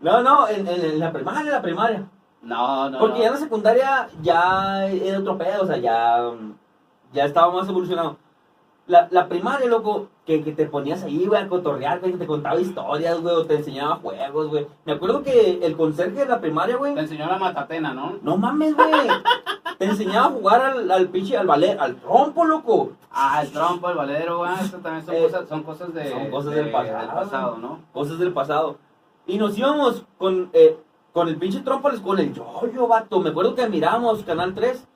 S3: No, no, en, en- en la primaria, en la primaria.
S2: No, no.
S3: Porque
S2: no.
S3: ya en la secundaria ya era otro pedo, o sea, ya, ya estaba más evolucionado. La, la primaria, loco, que, que te ponías ahí, güey, a cotorrear, güey, que te contaba historias, güey, o te enseñaba juegos, güey. Me acuerdo que el conserje de la primaria, güey,
S2: Te enseñó la matatena, ¿no?
S3: no mames, güey. Te enseñaba a jugar al, al pinche, al valer, al trompo, loco.
S2: Ah, el trompo, el valero, ah, eso también son,
S3: Eh,
S2: cosas, son cosas de.
S3: son cosas
S2: de-
S3: del pasado.
S2: ¿no?
S3: Cosas del pasado. Y nos íbamos con, eh, con el pinche trompo, con el yoyo, vato. Me acuerdo que miramos Canal 3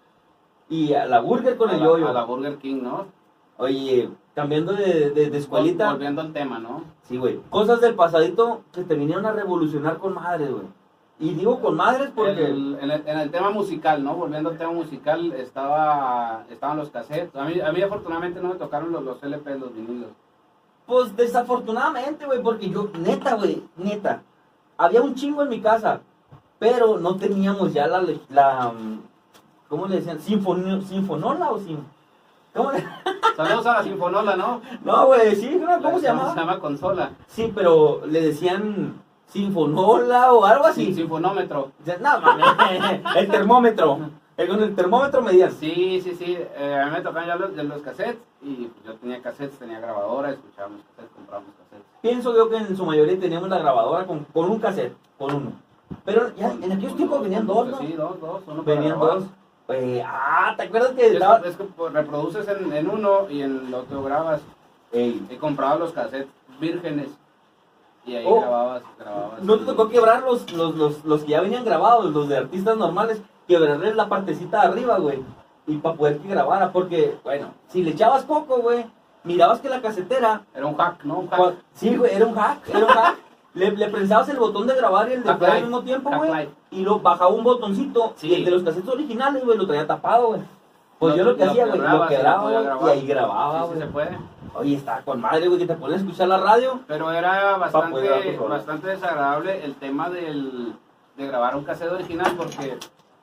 S3: y a la burger con
S2: A
S3: el
S2: la-
S3: yoyo.
S2: A la Burger King, ¿no?
S3: Oye, cambiando de, de, de escuelita.
S2: Volviendo al tema, ¿no?
S3: Sí, güey. Cosas del pasadito que te vinieron a revolucionar con madres, güey. Y digo con madres porque...
S2: El- en, el, en el tema musical, ¿no? Volviendo al tema musical, estaba estaban los cassettes. A mí, a mí afortunadamente no me tocaron los, los LP, los vinilos.
S3: Pues desafortunadamente, güey, porque yo, neta, güey, neta, había un chingo en mi casa, pero no teníamos ya la, le- la mm, ¿cómo le decían? Sinfonio, ¿Sinfonola o sin? ¿Cómo le-
S2: Saludos a la Sinfonola, ¿no?
S3: No, güey, sí, no, <laughs> ¿cómo se
S2: Se
S3: llamaba?
S2: llama consola.
S3: Sí, pero le decían Sinfonola o algo
S2: Sí,
S3: así.
S2: sinfonómetro.
S3: O sea, No, mames, <laughs> el termómetro. El- Con el termómetro medías.
S2: Sí, sí, sí. eh, a mí me tocaron ya los, de los cassettes y yo tenía cassettes, tenía grabadora, escuchábamos cassettes, comprábamos cassettes.
S3: Pienso yo que en su mayoría teníamos la grabadora con, con un cassette, con uno. Pero ya en aquellos
S2: Con
S3: tiempos
S2: dos,
S3: venían
S2: con
S3: dos, ¿no?
S2: Sí, dos, dos. Uno para
S3: Venían
S2: grabar.
S3: dos. Pues, ah, ¿te acuerdas que
S2: Es
S3: estaba?
S2: que, es que, pues, reproduces en, en uno y en el otro grabas.
S3: Ey,
S2: He comprado los cassettes vírgenes y ahí
S3: Oh.
S2: grababas, grababas.
S3: ¿No te tocó quebrar los, los, los, los que ya venían grabados, los de artistas normales? Quebrarles la partecita de arriba, güey. Y para poder que grabara, porque, bueno, si le echabas poco, güey, mirabas que la casetera.
S2: Era un hack, ¿no? Un hack.
S3: cua- Sí, güey, era un hack, era un hack. Le, le prensabas el botón de grabar y el de
S2: Hack
S3: play al
S2: light,
S3: mismo tiempo,
S2: hack
S3: güey.
S2: light.
S3: Y lo bajaba un botoncito.
S2: Sí.
S3: Y el de los casetes originales, güey, lo traía tapado, güey. Pues
S2: Lo-
S3: yo lo que
S2: lo
S3: hacía, güey, lo
S2: quebrabas y lo
S3: quebraba, güey, y
S2: podía grabar.
S3: ahí grababa,
S2: Sí, sí
S3: güey.
S2: se puede.
S3: Oye, está con madre, güey, que te pones a escuchar la radio.
S2: Pero era
S3: poder dar tu
S2: bastante,
S3: solo.
S2: bastante desagradable el tema del, de grabar un cassette original porque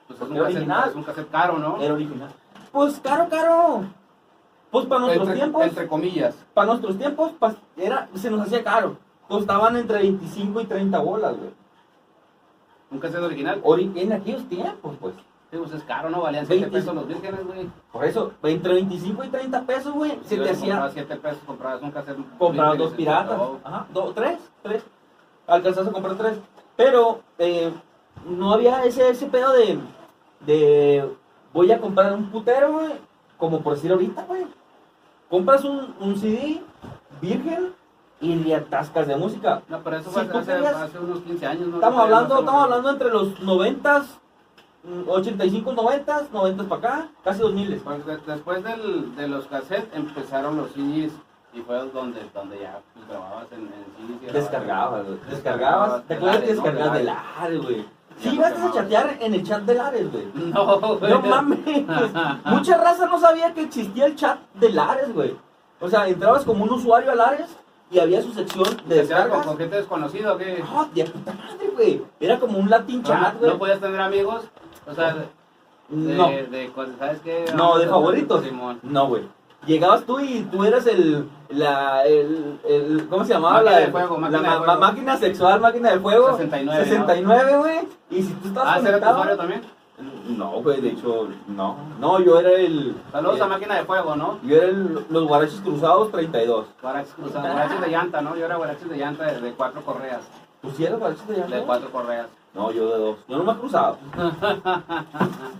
S2: pues, es, un
S3: Porque original.
S2: cassette, es un cassette caro, ¿no?
S3: Era original. Pues caro, caro. Pues para nuestros
S2: Entre,
S3: tiempos,
S2: entre comillas.
S3: para nuestros tiempos, pas- era, se nos hacía caro. Costaban entre 25 y 30 bolas, güey.
S2: Un cassette original.
S3: Ori- En aquellos tiempos, pues.
S2: Sí, pues es caro, ¿no? Valían 7
S3: Veinte.
S2: pesos los vírgenes, güey.
S3: Por eso, entre 25 y 30 pesos, güey, se
S2: Yo
S3: te
S2: le compraba
S3: hacía
S2: 7 pesos, comprabas un cassette.
S3: comprar
S2: vírgenes,
S3: dos
S2: se
S3: piratas.
S2: acabó.
S3: Ajá, dos, tres, tres. Alcanzas a comprar tres. Pero eh, no había ese, ese pedo de, de voy a comprar un putero, güey. Como por decir ahorita, güey. Compras un, un CD virgen y le atascas de música.
S2: No, pero eso
S3: Si
S2: fue
S3: tú
S2: hace,
S3: querías-
S2: hace unos 15 años, ¿no?
S3: Estamos
S2: No sé,
S3: hablando,
S2: no sé,
S3: estamos
S2: no sé.
S3: hablando entre los mm, 90, 85, 90, 90 para acá, casi 2000.
S2: Pues de- después del, de los cassettes empezaron los CDs y fue donde, donde ya pues, grababas en, en CDs. y grababas.
S3: Descargabas, güey. Descargabas. ¿Te acuerdas que
S2: Lares, ¿no?
S3: descargabas de
S2: Lares.
S3: Lares, güey?
S2: Ya
S3: Sí,
S2: no
S3: vas a
S2: quemaba.
S3: chatear en el chat de Lares, güey.
S2: <laughs> No, güey.
S3: No mames. Mucha raza no sabía que existía el chat de Lares, güey. O sea, entrabas como un usuario a Lares y había su sección de
S2: ¿Te hacías con,
S3: descargas.
S2: con gente desconocida o qué?
S3: Ah, de puta madre, güey. Era como un Latin
S2: No,
S3: chat, güey.
S2: Ah, no podías tener amigos. O sea, de,
S3: No,
S2: de, cosas, ¿sabes qué?
S3: no, de
S2: Vamos a-
S3: favoritos.
S2: Simón.
S3: No, güey. Llegabas tú y tú eras el, la, el, el- ¿cómo se llamaba?
S2: Máquina
S3: la
S2: de fuego, máquina
S3: la
S2: de
S3: ma-
S2: fuego.
S3: máquina sexual, máquina de fuego.
S2: 69,
S3: 69, güey. Y si tú estabas
S2: Ah, ¿ese era tu
S3: conectado-
S2: usuario también?
S3: No, güey, de hecho, no. No, yo era el.
S2: Saludos
S3: eh,
S2: a Máquina de Fuego, ¿no?
S3: Yo era el, los guaraches cruzados 32.
S2: Guaraches cruzados,
S3: <laughs>
S2: guaraches de llanta, ¿no? Yo era guaraches de llanta de, de cuatro correas.
S3: ¿Tú sí eras guaraches de
S2: De
S3: llanta?
S2: cuatro correas.
S3: No, yo de dos. Yo nomás cruzado.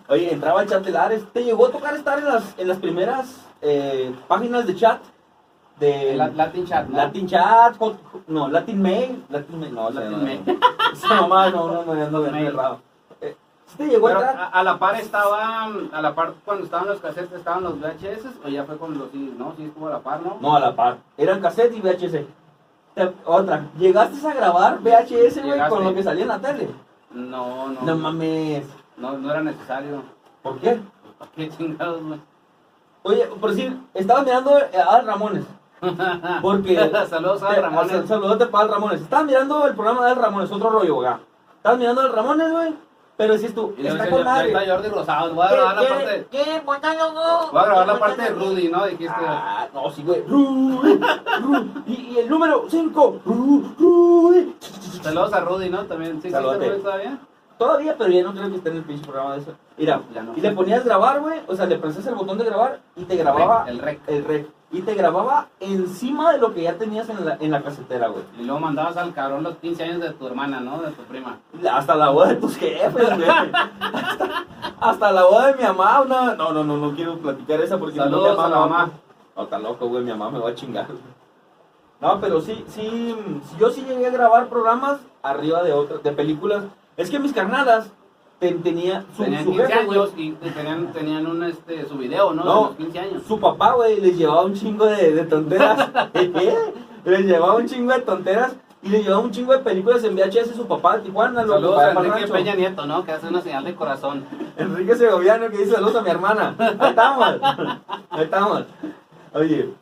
S3: Oye, entraba el chat de Lares. ¿Te llegó a tocar estar en las, en las primeras eh, páginas de chat? De
S2: La- Latin Chat, ¿no?
S3: Latin Chat, hot- no, Latin Mail. Latin Mail, no,
S2: Latin
S3: no, no,
S2: Mail.
S3: no. <laughs> Esa mamá, no, no, no, no, no,
S2: Mail.
S3: errado. Eh, ¿Sí te llegó a
S2: Pero ah,
S3: entrar?
S2: a, a la par estaban, a la par cuando estaban los cassettes, estaban los VHS o ya fue con los CDs, ¿no? Sí, estuvo a la par, ¿no?
S3: No, a la par. Eran cassette y VHS. Te- Otra, llegaste a grabar VHS, güey, con
S2: Llegaste.
S3: lo que salía en la tele.
S2: No, no.
S3: No mames.
S2: No, no era necesario. <laughs>
S3: ¿Por qué?
S2: ¿Para qué chingados, güey? <laughs>
S3: Oye, por decir, estaba mirando a Adal Ramones. Porque.
S2: Saludos a eh. Adal
S3: Te-
S2: Ramones.
S3: sal- Saludote para Adal Ramones. Estaba mirando el programa de Adal Ramones, otro rollo, güey. Estaba mirando a Adal Ramones, güey. Pero decís tú,
S2: Y luego
S3: está
S2: dice,
S3: con
S2: "Ya- ya
S3: madre.
S2: está Jordi Rosado, voy a grabar la parte.
S3: ¿Qué? ¿Por qué no, no?
S2: Voy a grabar
S3: ¿Por
S2: la
S3: qué
S2: parte de
S3: no?
S2: Rudy, ¿no? Dijiste.
S3: Ah, no, sí, güey. Rudy, Rudy. Y, y el número 5. Rudy.
S2: Saludos a Rudy, ¿no? También. Sí, sí,
S3: Saludote.
S2: Rudy todavía.
S3: Todavía, pero ya no creo que esté en el pinche programa de eso. Mira,
S2: Ya no.
S3: y le ponías grabar, güey. O sea, le prensas el botón de grabar y te grababa
S2: El rec.
S3: el rec. Y te grababa encima de lo que ya tenías en la, en la casetera, güey.
S2: Y luego mandabas al cabrón los 15 años de tu hermana, ¿no? De tu prima.
S3: Hasta la boda de tus jefes, güey. hasta, hasta la boda de mi mamá. una- No, no, no, no quiero platicar esa porque
S2: Saludos
S3: mi mamá,
S2: a la
S3: no,
S2: mamá.
S3: No, está loco, güey, mi mamá me va a chingar. No, pero sí, sí, sí, yo sí llegué a grabar programas arriba de otras, de películas. Es que mis carnalas ten- tenía su,
S2: Tenían
S3: su
S2: 15
S3: jefe, güey.
S2: años y tenían, tenían un, este, su video, ¿no?
S3: No.
S2: De los 15 años.
S3: Su papá, güey, les llevaba un chingo de, de
S2: <laughs>
S3: tonteras. <laughs> ¿Eh? Les llevaba un chingo de tonteras y les llevaba un chingo de películas en VHS su papá de Tijuana. lo-
S2: Saludos
S3: para-
S2: a
S3: para el
S2: Enrique
S3: rancho.
S2: Peña Nieto, ¿no? Que hace una señal de corazón.
S3: Enrique Segoviano que dice saludos a mi hermana. Ahí estamos. Ahí estamos. Oye,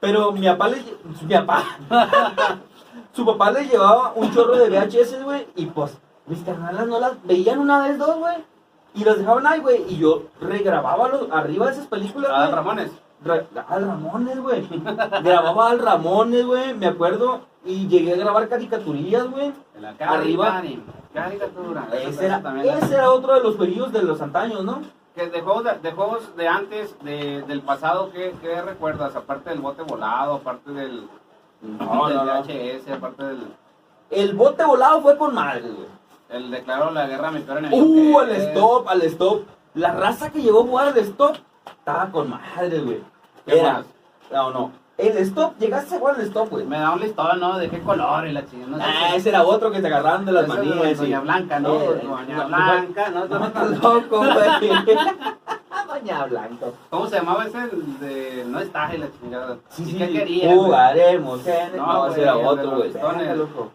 S3: pero mi papá le lle- mi papá su papá le llevaba un chorro de VHS, güey, y pues mis carnalas no las veían una vez dos, güey. Y las dejaban ahí, güey, y yo regrababa los, arriba de esas películas,
S2: Adal
S3: güey.
S2: Ramones.
S3: Ra- Al Ramones, güey. Grababa al Ramones, güey, me acuerdo, y llegué a grabar caricaturillas, güey.
S2: En la
S3: Arriba.
S2: cari- Caricatura. Ah, Eso-
S3: Ese
S2: eso
S3: era,
S2: también era.
S3: ese era otro de los jueguillos de los antaños, ¿no?
S2: Que de juegos de, de juegos de antes, de, del pasado, ¿qué, qué recuerdas? Aparte del bote volado, aparte del, del VHS, aparte del...
S3: El bote volado fue con madre, güey.
S2: El declaró la guerra a mi peor enemigo.
S3: Uh,
S2: que
S3: al
S2: es-
S3: stop, al stop. La raza que llegó a jugar al stop estaba con madre, güey.
S2: ¿Qué
S3: Era.
S2: más?
S3: No, no. El stop, llegaste a jugar al stop, güey.
S2: Me da un listón, ¿no? ¿De qué color? Y la chingada. No sé
S3: Ah,
S2: si-
S3: ese era otro que se agarraron de las
S2: Ese de
S3: manillas.
S2: Doña
S3: sí.
S2: Blanca, ¿no?
S3: Eh,
S2: Doña Blanca, ¿no?
S3: No, estás loco, güey.
S2: <laughs>
S3: Doña Blanca.
S2: ¿Cómo se llamaba ese? El de... No está, y la chingada.
S3: Sí,
S2: ¿Y
S3: sí. Uh,
S2: ¿Qué quería? güey?
S3: Jugaremos. eh.
S2: No,
S3: No,
S2: güey,
S3: ese era
S2: el de
S3: otro,
S2: los
S3: güey.
S2: pistones.
S3: Verga, loco.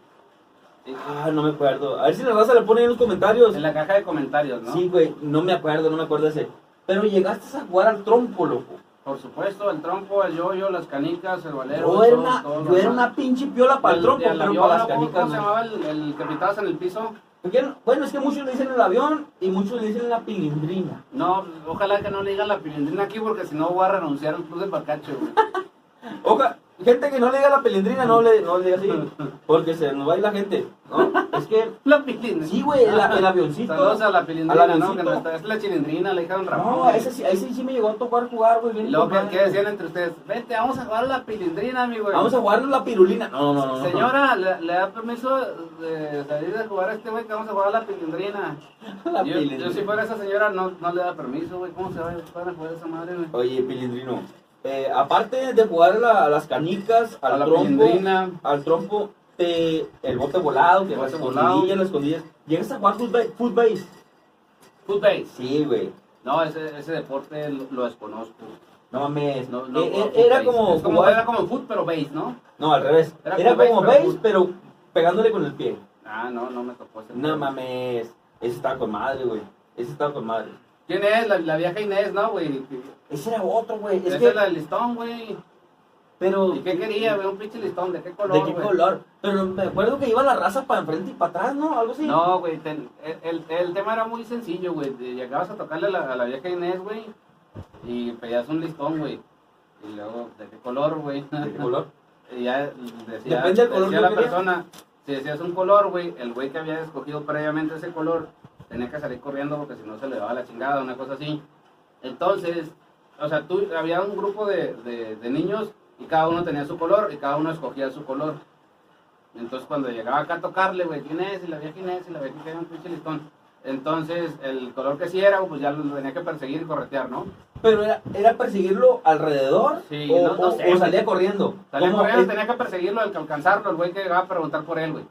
S2: Sí.
S3: Ah, no me acuerdo. A ver si la raza le pone en los comentarios.
S2: En la caja de comentarios, ¿no?
S3: Sí, güey, no me acuerdo, no me acuerdo ese. Pero llegaste a jugar al trompo, loco.
S2: Por supuesto, el trompo, el yoyo, las canicas, el valero.
S3: Yo era
S2: todo,
S3: una,
S2: todo lo
S3: yo era
S2: demás.
S3: una pinche piola para el
S2: Y
S3: trompo,
S2: al
S3: pero
S2: avión,
S3: para las
S2: ¿no? ¿Cómo-
S3: canicas,
S2: ¿Cómo se
S3: no.
S2: llamaba el, el que pitabas en el piso?
S3: Porque, Bueno, es que muchos le dicen el avión y muchos le dicen la pilindrina.
S2: No, ojalá que no le digan la pilindrina aquí porque si no voy a renunciar al club de Pacacho, güey.
S3: Oja, gente que no le diga la pilindrina, no le, no le diga así, porque se nos va a ir la gente, ¿no? Es que,
S2: <laughs> La pilindrina.
S3: sí, güey, el, el avioncito.
S2: Saludos a la
S3: Al
S2: pilindrina, ¿no?
S3: avioncito.
S2: Que no está, es la chilindrina, la hija de un Ramón.
S3: No,
S2: güey.
S3: ese sí, ese sí me llegó a tocar jugar, güey. bien
S2: Y luego, ¿qué,
S3: compadre.
S2: qué decían entre ustedes? Vente, vamos a jugar a la pilindrina, mi güey.
S3: Vamos a jugar la pirulina. No, no, no. no.
S2: Señora, ¿le, le da permiso de salir de jugar a este güey que vamos a jugar a la pilindrina?
S3: <laughs> La
S2: yo, yo
S3: pilindrina.
S2: si fuera esa señora, no, no le da permiso, güey. ¿Cómo se va a jugar a esa madre, güey?
S3: Oye, Pilindrino, eh, aparte de jugar la- a las canicas,
S2: A
S3: al
S2: la
S3: trompo,
S2: pilindrina.
S3: al trompo, te- el bote volado, que
S2: El
S3: las
S2: bote volado.
S3: escondidillas, las escondidillas, llegas a jugar footbase. footbase.
S2: Footbase.
S3: Sí, güey.
S2: No, ese, ese deporte lo, lo desconozco.
S3: No mames.
S2: No, no
S3: Eh,
S2: juego
S3: eh, era
S2: footbase.
S3: como,
S2: Es como-
S3: jugar-
S2: era como foot, pero base, ¿no?
S3: no, al revés.
S2: era
S3: Era,
S2: como
S3: como
S2: base, pero
S3: base, pero pegándole con el pie.
S2: Ah, no, no me tocó ese.
S3: No mames. Ese estaba con madre, güey. Ese estaba con madre.
S2: ¿Quién es? La, la vieja Inés, ¿no, güey?
S3: Ese era otro, güey. Es
S2: Esa
S3: que,
S2: es la del listón, güey.
S3: pero...
S2: ¿Y qué quería, güey? Un pinche listón, ¿de qué color,
S3: ¿De qué
S2: güey?
S3: color? Pero me acuerdo que iba la raza para enfrente y para atrás, ¿no? Algo así.
S2: No, güey, ten- el, el- el tema era muy sencillo, güey. de- Llegabas a tocarle a la, a la vieja Inés, güey, y pedías un listón, güey. Y luego, ¿de qué color, güey? <laughs>
S3: ¿De qué color?
S2: Y ya decía,
S3: Depende del color
S2: decía
S3: que
S2: la
S3: querías.
S2: persona, si decías un color, güey, el güey que había escogido previamente ese color tenía que salir corriendo porque si no se le daba la chingada, una cosa así. Entonces, o sea, tú, había un grupo de, de- de niños y cada uno tenía su color y cada uno escogía su color. Entonces, cuando llegaba acá a tocarle, güey, ¿quién es? Y la vieja, ¿quién es? Y la vieja, ¿quién es? Un pinche listón. Entonces, el color que sí era, pues ya lo tenía que perseguir y corretear, ¿no?
S3: Pero era, era perseguirlo alrededor
S2: Sí,
S3: o,
S2: no- no
S3: o-
S2: sé,
S3: o
S2: güey.
S3: salía corriendo.
S2: Salía
S3: Como
S2: corriendo,
S3: es-
S2: tenía que perseguirlo, el que alcanzarlo, el güey que llegaba a preguntar por él, güey.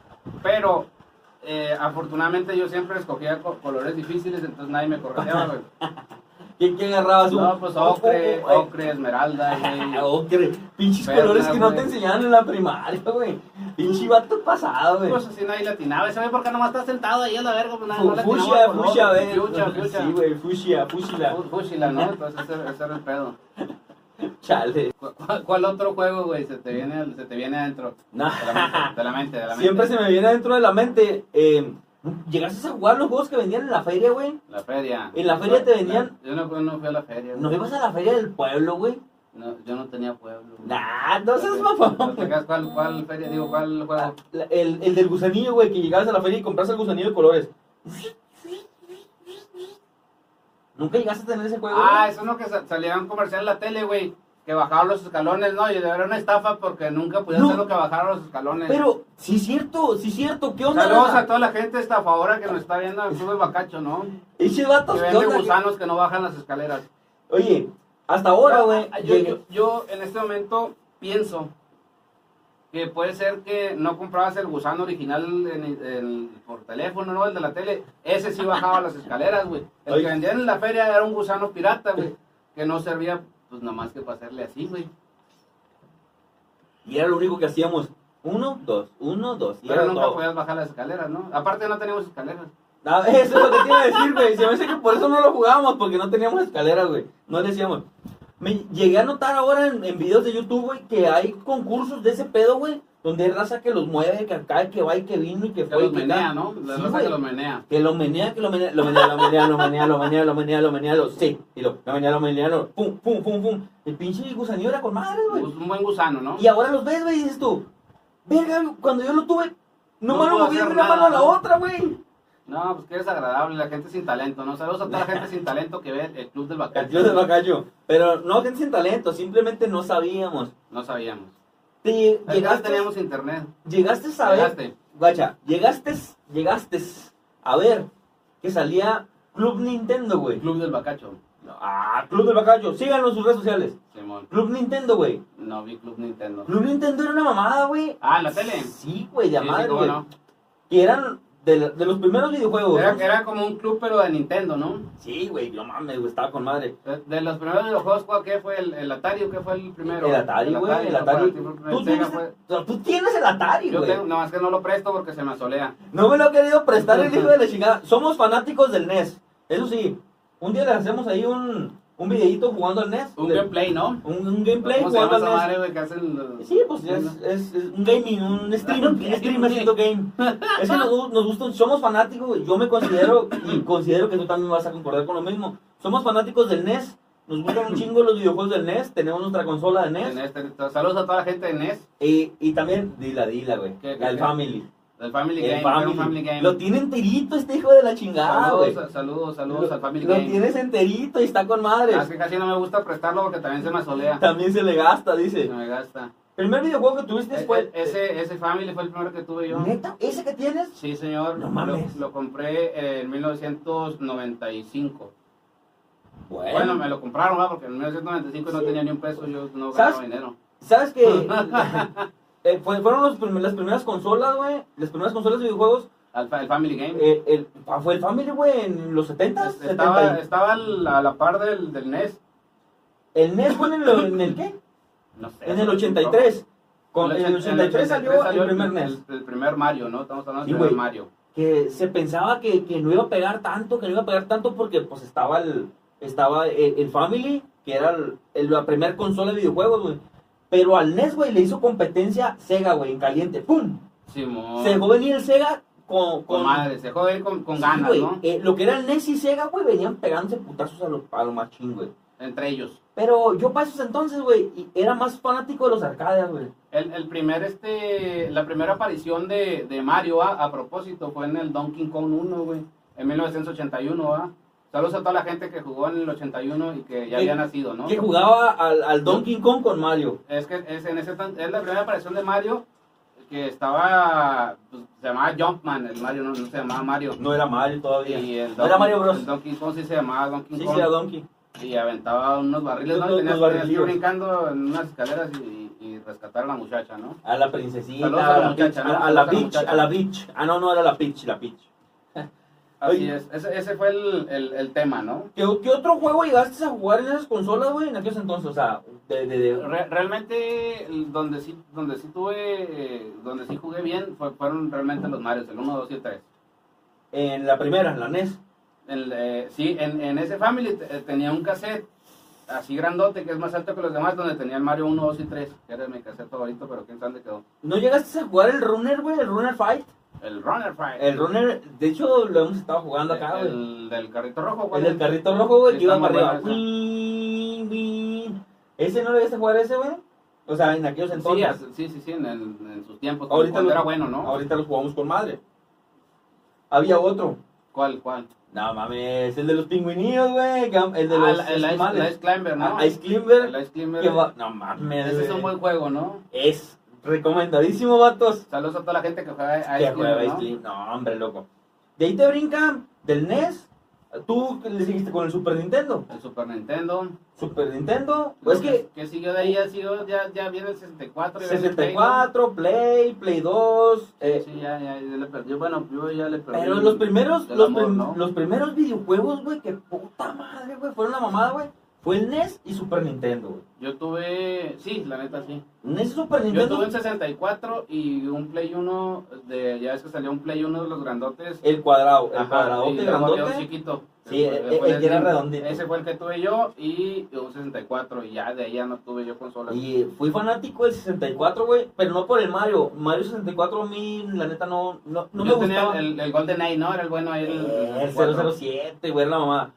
S2: Pero, eh, afortunadamente, yo siempre escogía co- colores difíciles, entonces nadie me
S3: <laughs>
S2: correteaba, güey.
S3: ¿Quién, quién agarraba Ah, su-
S2: No, pues ocre,
S3: Oh, oh, oh,
S2: ocre,
S3: <laughs>
S2: esmeralda,
S3: eh,
S2: güey.
S3: ocre. Pinches
S2: Verga,
S3: colores que no
S2: güey.
S3: te enseñaban en la primaria, güey. Pinche vato pasado, güey.
S2: Pues así nadie le atinaba. Ese güey, ¿por qué nomás está sentado ahí a la verga? Pues nada, no
S3: Fu-
S2: le atinaba
S3: Fuchsia,
S2: al color.
S3: fuchsia, güey.
S2: Fuchsia, fuchsia.
S3: Sí, güey, fuchsia, fuchila.
S2: Fu- Fuchila, ¿no? Entonces ese, ese era el pedo.
S3: Chale.
S2: ¿Cu- ¿Cuál, cuál otro juego, güey, se te viene, al- se te viene adentro?
S3: No.
S2: De la mente, de la
S3: <laughs>
S2: mente. de la mente.
S3: Siempre se me viene dentro de la mente. eh, ¿Llegaste a jugar los juegos que vendían en la feria, güey?
S2: La feria.
S3: En la feria te venían-
S2: Yo no, yo no fui a la feria. güey.
S3: ¿No ibas a la feria del pueblo, güey?
S2: No, yo no tenía pueblo. güey.
S3: Nah, no seas
S2: Entonces,
S3: mamón.
S2: ¿te acuerdas ¿Cuál, ¿Cuál feria? Digo, ¿cuál
S3: Ah,
S2: juego?
S3: la- El, el del gusanillo, güey, que llegabas a la feria y compras el gusanillo de colores. Nunca llegaste a tener ese juego.
S2: Ah,
S3: güey?
S2: eso es lo que sa- salía un comercial en la tele, güey. Que bajaban los escalones, ¿no? Y era una estafa porque nunca pudieron
S3: No.
S2: hacer lo que bajaron los escalones.
S3: Pero, sí es cierto, sí es cierto. ¿Qué onda?
S2: Saludos
S3: raza?
S2: a toda la gente estafadora que nos está viendo en Club El Bacacho, ¿no?
S3: Eche
S2: Que
S3: vatos, ¿qué
S2: vende
S3: onda?
S2: gusanos que no bajan las escaleras.
S3: Oye, hasta ahora, güey.
S2: Yo,
S3: llegué-
S2: yo, yo en este momento pienso que puede ser que no comprabas el gusano original en- en- por teléfono, ¿no? El de la tele. Ese sí bajaba las escaleras, güey. El
S3: Oye.
S2: que vendían en la feria era un gusano pirata, güey. Que no servía, pues, nomás que para hacerle así, güey.
S3: Y era lo único que hacíamos. Uno, dos, uno, dos. Y
S2: Pero
S3: era
S2: nunca
S3: todo.
S2: podías bajar las escaleras, ¿no? Aparte no teníamos escaleras.
S3: Ah, Eso es lo que te iba a decir, güey. Se me hace que por eso no lo jugábamos, porque no teníamos escaleras, güey. No le hacíamos. Me llegué a notar ahora en, en videos de YouTube, güey, que hay concursos de ese pedo, güey. Donde hay raza que los mueve, que acá, que va y que vino y que
S2: Que
S3: fue.
S2: los
S3: y que
S2: menea,
S3: acá.
S2: ¿no? La
S3: Sí,
S2: raza
S3: güey.
S2: que los menea.
S3: Que lo menea, que lo menea, lo menea, lo menea, lo menea, lo menea, lo menea, lo menea, lo sí. Y lo, lo menea, lo menea, lo pum, pum, pum, pum. El pinche gusanillo era con madre, güey.
S2: Pues, Un buen gusano, ¿no?
S3: Y ahora los ves, güey, y dices tú, verga, cuando yo lo tuve, no,
S2: No
S3: me lo
S2: puedo
S3: moví de
S2: hacer
S3: una
S2: nada,
S3: mano a la
S2: ¿no?
S3: otra, güey.
S2: No, pues que desagradable, la gente sin talento, ¿no? Saludos a toda la gente sin talento que ve el Club del
S3: El
S2: Bacacho.
S3: club de Bacayo. Pero no, gente sin talento, simplemente no sabíamos.
S2: No sabíamos.
S3: Te
S2: Llegaste,
S3: llegaste,
S2: teníamos internet.
S3: llegaste a ver,
S2: Llegaste.
S3: guacha, llegaste, llegaste a ver que salía Club Nintendo, güey.
S2: Club del Bacacho.
S3: Ah, Club de Bacayo, síganlo en sus redes sociales.
S2: Simón.
S3: Club Nintendo, güey.
S2: No vi Club Nintendo.
S3: Club Nintendo era una mamada, güey.
S2: Ah, en la tele.
S3: Sí, güey, de
S2: Sí,
S3: a
S2: sí,
S3: madre,
S2: cómo
S3: güey.
S2: no.
S3: Que eran de, la- de los primeros videojuegos.
S2: Era,
S3: ¿no?
S2: era como un club, pero de Nintendo, ¿no?
S3: Sí, güey, no mames, güey, estaba con madre.
S2: De, de los primeros videojuegos, ¿cuál- ¿qué fue? ¿El, el Atari o qué fue el primero?
S3: El Atari, güey, el Atari.
S2: ¿no? Para ti fue el
S3: Tú
S2: Sega,
S3: tienes,
S2: fue-
S3: tú tienes el Atari,
S2: Yo
S3: güey.
S2: tengo, no, es que no lo presto porque se me asolea.
S3: No me lo ha querido prestar el hijo de la chingada. Somos fanáticos del NES. Eso sí, un día le hacemos ahí un, un videíto jugando al NES.
S2: Un
S3: De-
S2: gameplay, ¿no?
S3: Un, un gameplay
S2: ¿Cómo se llama
S3: jugando al
S2: esa
S3: NES.
S2: madre, güey, que hacen los-
S3: Sí, pues ya es, es- es un gaming, un
S2: <laughs>
S3: stream, un streamercito game. Es que nos, nos gusta, somos fanáticos, güey. yo me considero, y considero que tú también vas a concordar con lo mismo. Somos fanáticos del NES, nos gustan un chingo los videojuegos del NES, tenemos nuestra consola de
S2: En
S3: NES.
S2: este- saludos a toda la gente de E NES,
S3: Y, y también, dila, dila, güey,
S2: ¿Qué, qué,
S3: al
S2: qué?
S3: Family.
S2: del Family
S3: El
S2: Game. era
S3: Family.
S2: un Family Game.
S3: Lo tiene enterito este hijo de la chingada, güey.
S2: saludos, a- saludos, saludos al Family
S3: Lo
S2: Game.
S3: tienes enterito y está con madre.
S2: Ah, Es que casi no me gusta prestarlo porque también se me asolea.
S3: También se le gasta,
S2: Se
S3: dice.
S2: me gasta.
S3: Primer videojuego que tuviste fue...
S2: E- e- ese, ese Family fue el primero que tuve yo.
S3: ¿Neta? ¿Ese que tienes?
S2: Sí, señor.
S3: No
S2: Lo-
S3: mames.
S2: Lo, compré en 1995.
S3: Bueno,
S2: Bueno, me lo compraron, ¿verdad? Porque en 1995 no tenía ni un peso, yo no
S3: ¿Sabes?
S2: ganaba dinero.
S3: ¿Sabes
S2: <laughs>
S3: qué? <laughs> Eh, fue- fueron los prim- las primeras consolas, güey. Las primeras consolas de videojuegos.
S2: Al fa- el Family Game.
S3: eh, el, ah, fue el Family, güey, en los 70s,
S2: Es- estaba
S3: 70 y-
S2: estaba al- a la par del, E del NES.
S3: El NES fue en el, en el
S2: <laughs>
S3: qué?
S2: No sé.
S3: En el 83. Con, en el 83 salió el primer E NES.
S2: El, el primer Mario, ¿no? Estamos hablando
S3: Sí,
S2: del primer
S3: güey.
S2: Mario.
S3: que se pensaba que, que no iba a pegar tanto, que no iba a pegar tanto porque pues estaba el estaba el, el Family, que era el- el- la primera consola de videojuegos, güey. Pero al NES, güey, le hizo competencia Sega, güey, en caliente. ¡Pum!
S2: Simón.
S3: Se dejó venir el Sega con...
S2: Oh. con madre, se dejó ir con, con
S3: Sí,
S2: ganas,
S3: güey.
S2: ¿no?
S3: Eh, lo que era el NES y Sega, güey, venían pegándose putazos a lo, a lo machín, güey.
S2: Entre ellos.
S3: Pero yo para esos entonces, güey, y- era más fanático de los arcades, güey.
S2: El, el primer, este, la primera aparición de, de Mario, ¿ah? a, propósito, fue en el Donkey Kong 1, güey, en 1981, ¿ah? Saludos a toda la gente que jugó en el 81 y que
S3: Que-
S2: ya había nacido, ¿no?
S3: Que jugaba al, al Donkey Kong con Mario.
S2: Es que es, en ese, tan- es la primera aparición de Mario que estaba, pues, se llamaba Jumpman, el Mario no, no se llamaba Mario.
S3: No era Mario todavía.
S2: Y el
S3: no era Mario Bros.
S2: el Donkey Kong sí se llamaba Donkey
S3: Sí,
S2: Kong.
S3: sí, era Donkey.
S2: Y aventaba unos barriles, ¿no?
S3: Los-
S2: Y tenías,
S3: los
S2: tenías que ir
S3: barrilillos.
S2: brincando en unas escaleras y, y- y rescatar a la muchacha, ¿no?
S3: A la princesita,
S2: Saludos a
S3: a
S2: la
S3: la,
S2: muchacha,
S3: Peach,
S2: ¿no?
S3: a, a la
S2: Saludos a la
S3: Peach,
S2: muchacha.
S3: a la Peach. Ah, no, no era la Peach, la Peach.
S2: Así
S3: Oye.
S2: es, ese, ese fue el, el, el tema, ¿no?
S3: ¿Qué, qué otro juego llegaste a jugar en esas consolas, güey, en aquellos entonces? O sea, de... de, de-
S2: Re- realmente el- donde sí donde sí tuve eh, donde sí jugué bien fue- fueron realmente los Marios el 1 2 y el 3
S3: en la E primera, en la NES.
S2: El, eh, sí en, en ese family te- eh, tenía un cassette así grandote, que es más alto que los demás, donde tenía el Mario 1, 2 y 3, que era mi cassette favorito, pero quién sabe dónde quedó.
S3: ¿No llegaste a jugar el runner, güey? ¿El runner fight?
S2: El Runner Fight.
S3: El runner, de hecho, lo hemos estado jugando acá, güey.
S2: El- El del carrito rojo,
S3: El
S2: güey.
S3: del carrito rojo, güey,
S2: Sí,
S3: que iba
S2: está
S3: para
S2: muy
S3: arriba.
S2: bueno
S3: Win, win. ¿Ese no lo llegaste a jugar ese, güey? O sea, en aquellos
S2: Sí,
S3: entonces.
S2: as- sí, sí, sí, en, el- en sus tiempos.
S3: Ahorita
S2: cuando
S3: lo-
S2: era bueno, ¿no?
S3: Ahorita lo jugamos con madre. Había otro.
S2: ¿Cuál, cuál?
S3: No mames, el de los pingüinillos, güey. que- El de
S2: Ah,
S3: los
S2: la- el, Ice-
S3: esquimales.
S2: el Ice Climber, ¿no?
S3: Ah, Ice Climber.
S2: El Ice Climber.
S3: Que va- No mames.
S2: Ese es un
S3: güey.
S2: buen juego, ¿no?
S3: Es recomendadísimo, vatos.
S2: Saludos a toda la gente que juega a
S3: Que juega
S2: Ice Climber,
S3: Ice
S2: ¿no?
S3: Climber. No, hombre, loco. De ahí te brinca del NES. Tú que le seguiste con el Super Nintendo.
S2: El Super Nintendo.
S3: Super Nintendo. Pues es que
S2: ¿Qué siguió de ahí? Ya, siguió, ya, ya viene el 64. y viene el Play, ¿no?
S3: 64, Play, Play 2. eh,
S2: Sí, ya, ya, ya le perdí. Bueno, yo ya le perdí.
S3: Pero los primeros,
S2: el
S3: los,
S2: amor,
S3: prim-
S2: ¿no?
S3: los primeros videojuegos, güey, que puta madre, güey, fueron la mamada, güey. Fue el NES y Super Nintendo, güey.
S2: Yo tuve. Sí, la neta, sí.
S3: NES y Super
S2: Yo
S3: Nintendo.
S2: tuve un 64 y un Play 1. De, ya ves que salió un Play 1 de los grandotes.
S3: El cuadrado, el
S2: Ajá,
S3: cuadradote
S2: y luego había un
S3: grandote.
S2: chiquito.
S3: Sí,
S2: Que
S3: eh,
S2: fue
S3: el que era
S2: Slim.
S3: redondito.
S2: Ese fue el que tuve yo y un 64. Y ya de ahí ya no tuve yo consolas.
S3: Y fui fanático del 64, güey, pero no por el Mario. Mario 64 a mí, la neta, no, no, no me
S2: yo tenía
S3: gustaba.
S2: el, el Golden Eye, ¿no? Era el bueno ahí. El,
S3: Eh, El
S2: 64.
S3: 007, güey, la mamá.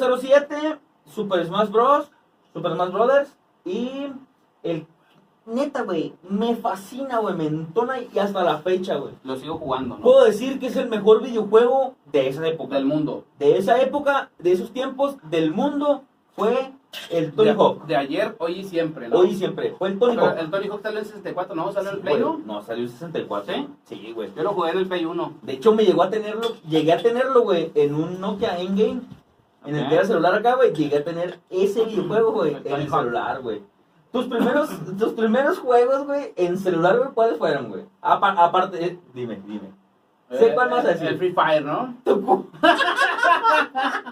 S3: 007, Super Smash Bros, Super Smash Brothers y el neta, güey, me fascina, güey, me entona y hasta la fecha, güey.
S2: Lo sigo jugando, ¿no?
S3: Puedo decir que es el mejor videojuego de esa época.
S2: Del mundo.
S3: De esa época, de esos tiempos del mundo fue el Tony
S2: de,
S3: Hawk.
S2: de ayer, hoy y siempre, ¿no?
S3: Hoy y siempre fue el Tony
S2: Pero
S3: Hawk.
S2: el Tony Hawk salió en 64, ¿no? Salió en
S3: Sí,
S2: el Play
S3: güey.
S2: 1.
S3: No, salió en 64.
S2: ¿Sí?
S3: Sí, güey.
S2: Yo lo jugué en el Play 1.
S3: De hecho, me llegó a tenerlo, llegué a tenerlo, güey, en un Nokia Endgame. En el
S2: Ok.
S3: que era celular acá, güey, llegué a tener ese videojuego, güey, en
S2: El
S3: el
S2: Tony Hawk.
S3: celular, güey. Tus primeros,
S2: <laughs>
S3: tus primeros juegos, güey, en celular, güey, ¿cuáles fueron, güey? Apa- aparte, eh, dime, dime. Sé cuál vas a decir.
S2: Eh, El Free Fire, ¿no?
S3: Tu cu-
S2: <laughs>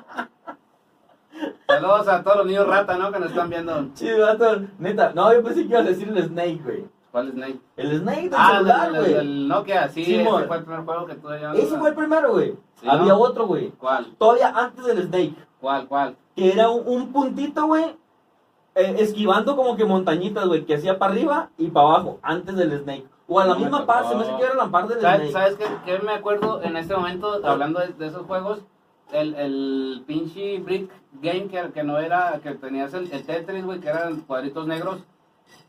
S2: Saludos a todos los niños rata, ¿no? Que nos están viendo.
S3: Chido, vato, neta. No, yo pensé que ibas a decir el Snake, güey.
S2: ¿Cuál es Snake?
S3: El Snake del
S2: Ah,
S3: celular,
S2: el, el- el-
S3: güey.
S2: el Nokia, sí.
S3: Simón.
S2: ese fue el primer juego que tuve yo.
S3: Ese fue el primero, güey.
S2: Sí,
S3: Había
S2: ¿no?
S3: otro, güey.
S2: ¿Cuál?
S3: Todavía antes del Snake.
S2: ¿Cuál? ¿Cuál?
S3: que era un, un puntito, güey, eh, esquivando como que montañitas, güey, que hacía para arriba y para abajo, antes del Snake. O a la
S2: No me
S3: misma
S2: tocó.
S3: par, se me hace que era la par del Ah.
S2: ¿Sabes,
S3: Snake.
S2: sabes qué, qué me acuerdo en este momento, hablando de, de esos juegos? El, el pinche Brick Game que, que no era, que tenías el, el Tetris, güey, que eran cuadritos negros.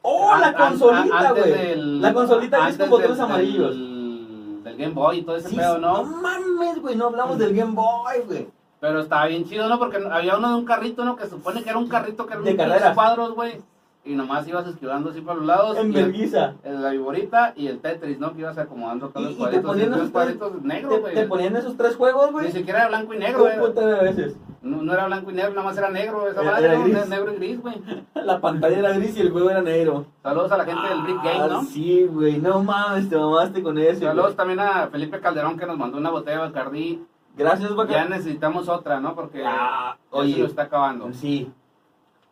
S3: ¡Oh, la
S2: An- an-
S3: consolita,
S2: antes
S3: güey!
S2: del-
S3: La consolita que es con
S2: antes
S3: botones
S2: del-
S3: amarillos.
S2: Del, del Game Boy y todo ese
S3: Sí,
S2: pedo,
S3: no
S2: ¿no?
S3: mames, güey, no hablamos del Game Boy, güey.
S2: Pero estaba bien chido, ¿no? Porque había uno de un carrito, ¿no? Que supone que era un carrito que era
S3: De
S2: un
S3: carreras.
S2: cuadros, güey. Y nomás ibas esquivando así para los lados.
S3: En
S2: y el-
S3: vergüenza.
S2: el- la viborita y el Tetris, ¿no? Que ibas acomodando todos
S3: Y,
S2: los
S3: y te
S2: cuadritos.
S3: ponían
S2: los
S3: esos tres,
S2: cuadritos negros,
S3: te,
S2: güey.
S3: te ponían esos tres juegos,
S2: Ni
S3: güey.
S2: siquiera era blanco y negro,
S3: Un
S2: era-
S3: puta de veces. <laughs>
S2: No, no era blanco y negro, nada más era negro. Esa
S3: Era-
S2: madre,
S3: era
S2: ¿no?
S3: gris.
S2: negro y gris, güey.
S3: La pantalla era gris y el juego era negro.
S2: Saludos a la gente del Brick Game, ¿no?
S3: Ah, Sí, güey, no mames, te mamaste con eso.
S2: Saludos
S3: güey.
S2: también a Felipe Calderón que nos mandó una botella de Bacardí
S3: Gracias,
S2: Ya
S3: Bacán.
S2: necesitamos otra, ¿no? Porque
S3: Ah,
S2: ya
S3: oye.
S2: se lo está acabando.
S3: Sí.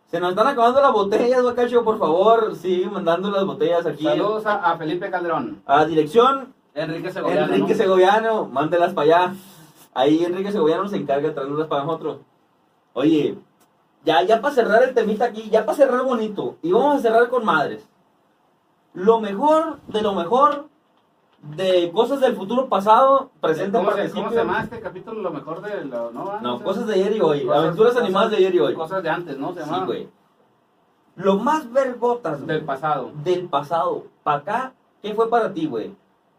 S3: Se nos están acabando las botellas, Bacacho, por favor, sigue mandando las botellas aquí.
S2: Saludos a, a Felipe Calderón.
S3: A dirección
S2: Enrique Segoviano.
S3: Enrique
S2: ¿no?
S3: Segoviano, mándelas para allá. Ahí Enrique Segoviano se encarga de traerlas para nosotros. Oye, ya, ya para cerrar el temita aquí, ya para cerrar bonito, y vamos a cerrar con madres. Lo mejor de lo mejor de cosas del futuro pasado, presente,
S2: ¿Cómo, se,
S3: participio.
S2: ¿Cómo se llama este capítulo? Lo mejor de lo, ¿no?
S3: No,
S2: sé.
S3: cosas de ayer y hoy,
S2: Cosas-
S3: aventuras
S2: cosas-
S3: animadas de ayer y hoy.
S2: Cosas de antes, ¿no? Se
S3: Sí,
S2: llama
S3: güey. Lo más vergotas, güey.
S2: del pasado.
S3: del pasado para acá, ¿qué fue para ti, güey?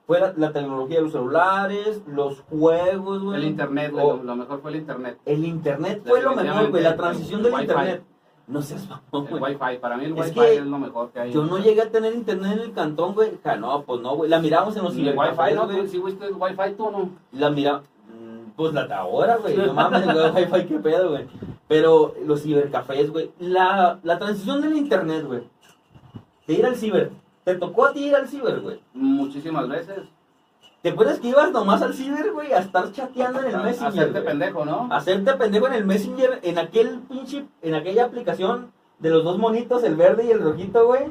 S3: Fue la, la tecnología de los celulares, los juegos, güey.
S2: El internet, güey,
S3: O-
S2: lo, lo mejor fue el internet.
S3: el internet fue lo mejor, güey. La transición del
S2: Definitivamente, el
S3: internet. No seas mamón,
S2: El
S3: güey.
S2: wifi, para mí el
S3: Es
S2: wifi
S3: que
S2: es lo mejor que hay.
S3: Yo no llegué a tener internet en el cantón, güey. Ja, no, pues no, güey. La miramos en los
S2: Ni el wifi,
S3: cibercafés,
S2: ¿no?
S3: güey.
S2: ¿Sí viste el wifi tú o no?
S3: La mira... Mm, Pues la de ahora, güey. <laughs> No mames, el wifi, qué pedo, güey. Pero los cibercafés, güey. La, la transición del internet, güey. De ir al ciber. ¿Te tocó a ti ir al ciber, güey?
S2: Muchísimas veces.
S3: ¿Te acuerdas que ibas nomás al ciber, güey, a estar chateando en el Messenger?
S2: Hacerte
S3: güey? Ah,
S2: pendejo, ¿no?
S3: Hacerte pendejo en el Messenger, en aquel pinche, en aquella aplicación de los dos monitos, el verde y el rojito, güey.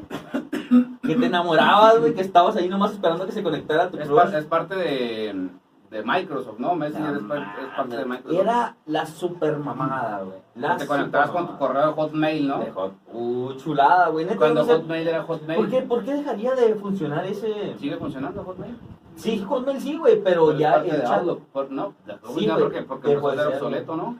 S3: Que te enamorabas, güey, que estabas ahí nomás esperando que se conectara tu
S2: Es,
S3: crush.
S2: par- es parte de, de Microsoft, ¿no? Messenger es, par- es parte de Microsoft.
S3: Era la super mamada, güey. La
S2: te conectabas con tu
S3: supermamada.
S2: correo Hotmail, ¿no?
S3: De Hot- Uh, chulada, güey. Neta,
S2: Cuando
S3: no sé-
S2: Hotmail era Hotmail.
S3: ¿Por qué, ¿Por qué dejaría de funcionar ese...?
S2: ¿Sigue funcionando Hotmail?
S3: Sí, Hotmail sí, güey, pero,
S2: es
S3: ya
S2: parte
S3: el
S2: de
S3: chat...
S2: Outlook, por- no,
S3: Sí,
S2: no,
S3: güey,
S2: porque, porque
S3: dejó de
S2: empezó a ser
S3: ser,
S2: obsoleto, ¿no?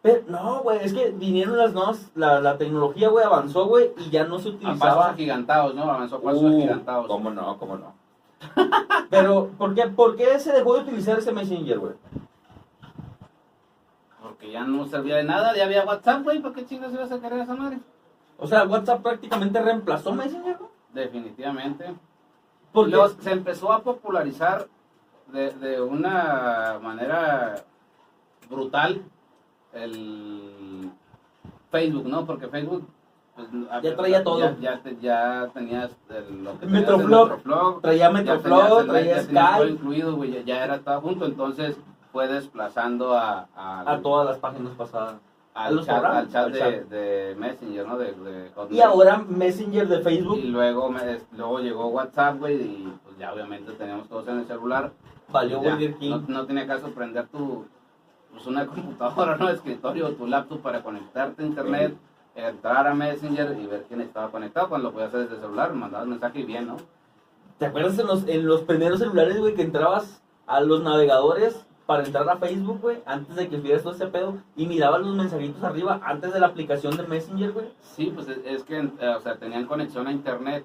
S3: Pero, no, güey, es que vinieron las nuevas... La, la tecnología, güey, avanzó, güey, y ya no se
S2: A Ah, pasos
S3: utilizaba...
S2: agigantados, ¿no? Avanzó a pasos
S3: Uh,
S2: agigantados.
S3: ¿Cómo no? ¿Cómo no? <laughs> pero, ¿por qué, ¿por qué se dejó de utilizar ese Messenger, güey?
S2: Porque ya no servía de nada, ya había WhatsApp, güey, ¿para qué chingas ibas a querer esa madre?
S3: O sea, WhatsApp prácticamente reemplazó Messenger, güey.
S2: Definitivamente.
S3: Porque
S2: Los- se empezó a popularizar de, de una manera brutal el Facebook, ¿no? Porque Facebook pues,
S3: Ya traía todo.
S2: Ya, ya te- ya tenías el, lo que tenías
S3: Metroflog.
S2: en Metroflog,
S3: traía
S2: ya tenías
S3: Metroflow,
S2: el-
S3: traía
S2: ya tenías todo
S3: Skype,
S2: incluido, güey, ya, ya era todo junto, entonces fue desplazando a, al-
S3: a todas las páginas pasadas. a
S2: al
S3: los
S2: chat,
S3: programas,
S2: al chat
S3: al
S2: de,
S3: chat.
S2: de Messenger, ¿no? De, de Hotmail.
S3: Y ahora Messenger de
S2: Y
S3: Facebook
S2: luego, me- luego llegó WhatsApp, güey, y pues ya obviamente teníamos todos en el celular.
S3: valió
S2: Ya,
S3: Burger
S2: no,
S3: King.
S2: no tenía caso prender tu pues, una <laughs> computadora, no escritorio, o tu laptop para conectarte a internet, entrar a Messenger y ver quién estaba conectado. Cuando lo podías hacer desde el celular, mandabas mensaje y bien, ¿no?
S3: ¿Te acuerdas en los, en los primeros celulares, güey, que entrabas a los navegadores para entrar a Facebook, güey, antes de que hubiera todo ese pedo, y mirabas los mensajitos arriba antes de la aplicación de Messenger, güey?
S2: Sí, pues es, es que, eh, o sea, tenían conexión a internet,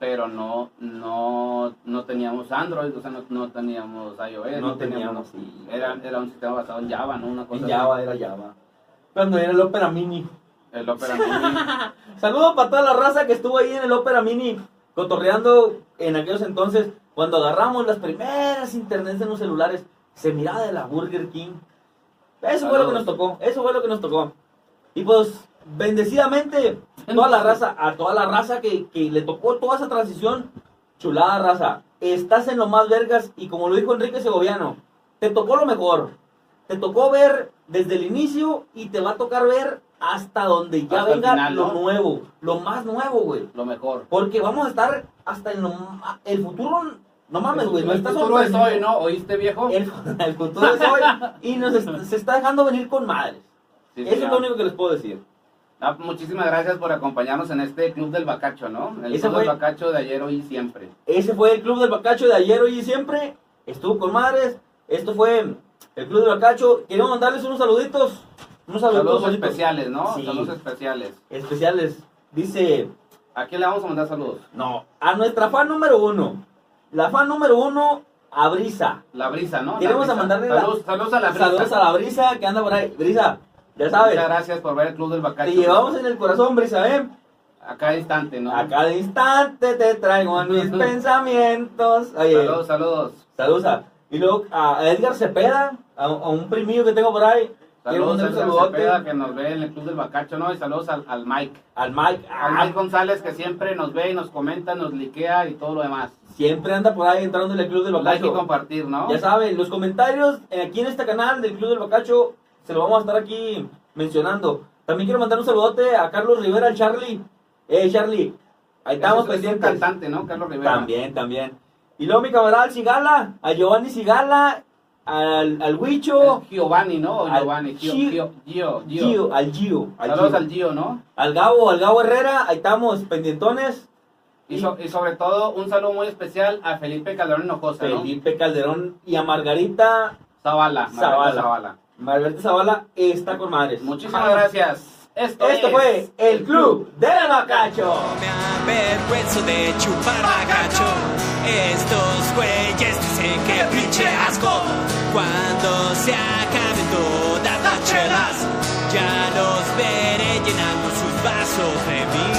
S2: pero no, no, no teníamos Android, o sea, no, no teníamos iOS,
S3: No teníamos, sí.
S2: Era, era un sistema basado en Java, ¿no? Una cosa
S3: En
S2: así.
S3: Java, era Java. Cuando era el Opera Mini.
S2: El Opera Mini.
S3: Saludos para toda la raza que estuvo ahí en el Opera Mini cotorreando en aquellos entonces, cuando agarramos las primeras internets en los celulares, se miraba de la Burger King. Eso fue lo que nos tocó, eso fue lo que nos tocó. Y pues, bendecidamente, toda la raza, a toda la raza que, que le tocó toda esa transición, chulada raza, estás en lo más vergas y como lo dijo Enrique Segoviano, te tocó lo mejor. Te tocó ver desde el inicio y te va a tocar ver hasta donde ya
S2: Hasta el
S3: venga
S2: final,
S3: lo
S2: ¿no?
S3: nuevo, lo más nuevo, güey.
S2: <laughs> lo mejor.
S3: Porque vamos a estar hasta en lo ma- el futuro, no mames, güey, no
S2: El
S3: está
S2: futuro es
S3: sorprendido.
S2: hoy, ¿no? ¿Oíste, viejo?
S3: El, <laughs> el futuro es hoy y nos est- se está dejando venir con madres.
S2: Sí,
S3: Eso es
S2: señor.
S3: lo único que les puedo decir.
S2: Ah, muchísimas gracias por acompañarnos en este Club del Bacacho, ¿no? El
S3: Ese
S2: Club del
S3: fue-
S2: Bacacho de ayer, hoy y siempre.
S3: Ese fue el Club del Bacacho de ayer, hoy y siempre. Estuvo con madres. Esto fue el Club del Bacacho. Queremos mandarles unos saluditos. Unos saluditos,
S2: Saludos
S3: bonitos.
S2: especiales, ¿no?
S3: Sí.
S2: Saludos especiales.
S3: Especiales. Dice,
S2: ¿A quién le vamos a mandar saludos?
S3: no, a nuestra fan número uno. La fan número uno, a Brisa.
S2: La brisa, ¿no? La
S3: Queremos
S2: Brisa.
S3: a mandarle la-
S2: saludos, saludos a la brisa.
S3: Saludos a la Brisa que anda por ahí. Brisa, ya sabes,
S2: Muchas gracias por ver el Club del Bacacho.
S3: te llevamos en el corazón, Brisa, ¿eh?
S2: A cada instante, ¿no?
S3: A cada instante te traigo en
S2: <laughs>
S3: mis pensamientos. Oye,
S2: Saludos, saludos.
S3: Saludos a, y luego a Edgar Cepeda, a, a un primillo que tengo por ahí. Quiero
S2: Saludos
S3: mandar
S2: a
S3: un
S2: la
S3: saludote
S2: Cepeda que nos ve en el Club del Bacacho, ¿no? Y saludos al, al Mike.
S3: al Mike.
S2: Al
S3: Ah,
S2: Mike González que siempre nos ve y nos comenta, nos likea y todo lo demás.
S3: Ah, siempre anda por ahí entrando en el Club del
S2: Like y
S3: Bacacho.
S2: compartir, ¿no?
S3: Ya saben, los comentarios eh, aquí en este canal del Club del Bacacho se lo vamos a estar aquí mencionando. También quiero mandar un saludote a Carlos Rivera, al Charlie. Eh, Charlie, ahí estamos
S2: Ese es un
S3: pendientes.
S2: cantante, ¿no? Carlos Rivera.
S3: También, también. Y luego mi camarada al Cigala, a Giovanni Cigala, al, al Huicho,
S2: Es Giovanni, ¿no? O
S3: Al
S2: Giovanni. Gio,
S3: Gio-
S2: Gio, Gio, Gio.
S3: Gio, al Gio. Al
S2: Saludos
S3: Gio.
S2: al Gio, ¿no?
S3: Al Gabo, al Gabo Herrera, ahí estamos, pendientones.
S2: Y, so- y sobre todo, un saludo muy especial a Felipe Calderón Hinojosa, ¿no?
S3: Felipe Calderón y a Margarita,
S2: Zavala. Margarita
S3: Zavala.
S2: Zavala.
S3: Margarita Zavala está con madres.
S2: Muchísimas
S3: Ah,
S2: gracias. Esto,
S3: Esto
S2: es
S3: fue el Club del Bacacho.
S1: Me avergüenzo de chupar gacho Estos güeyes dicen que pinche asco. Cuando se acaben todas las chelas, ya los veré llenando sus vasos de mí.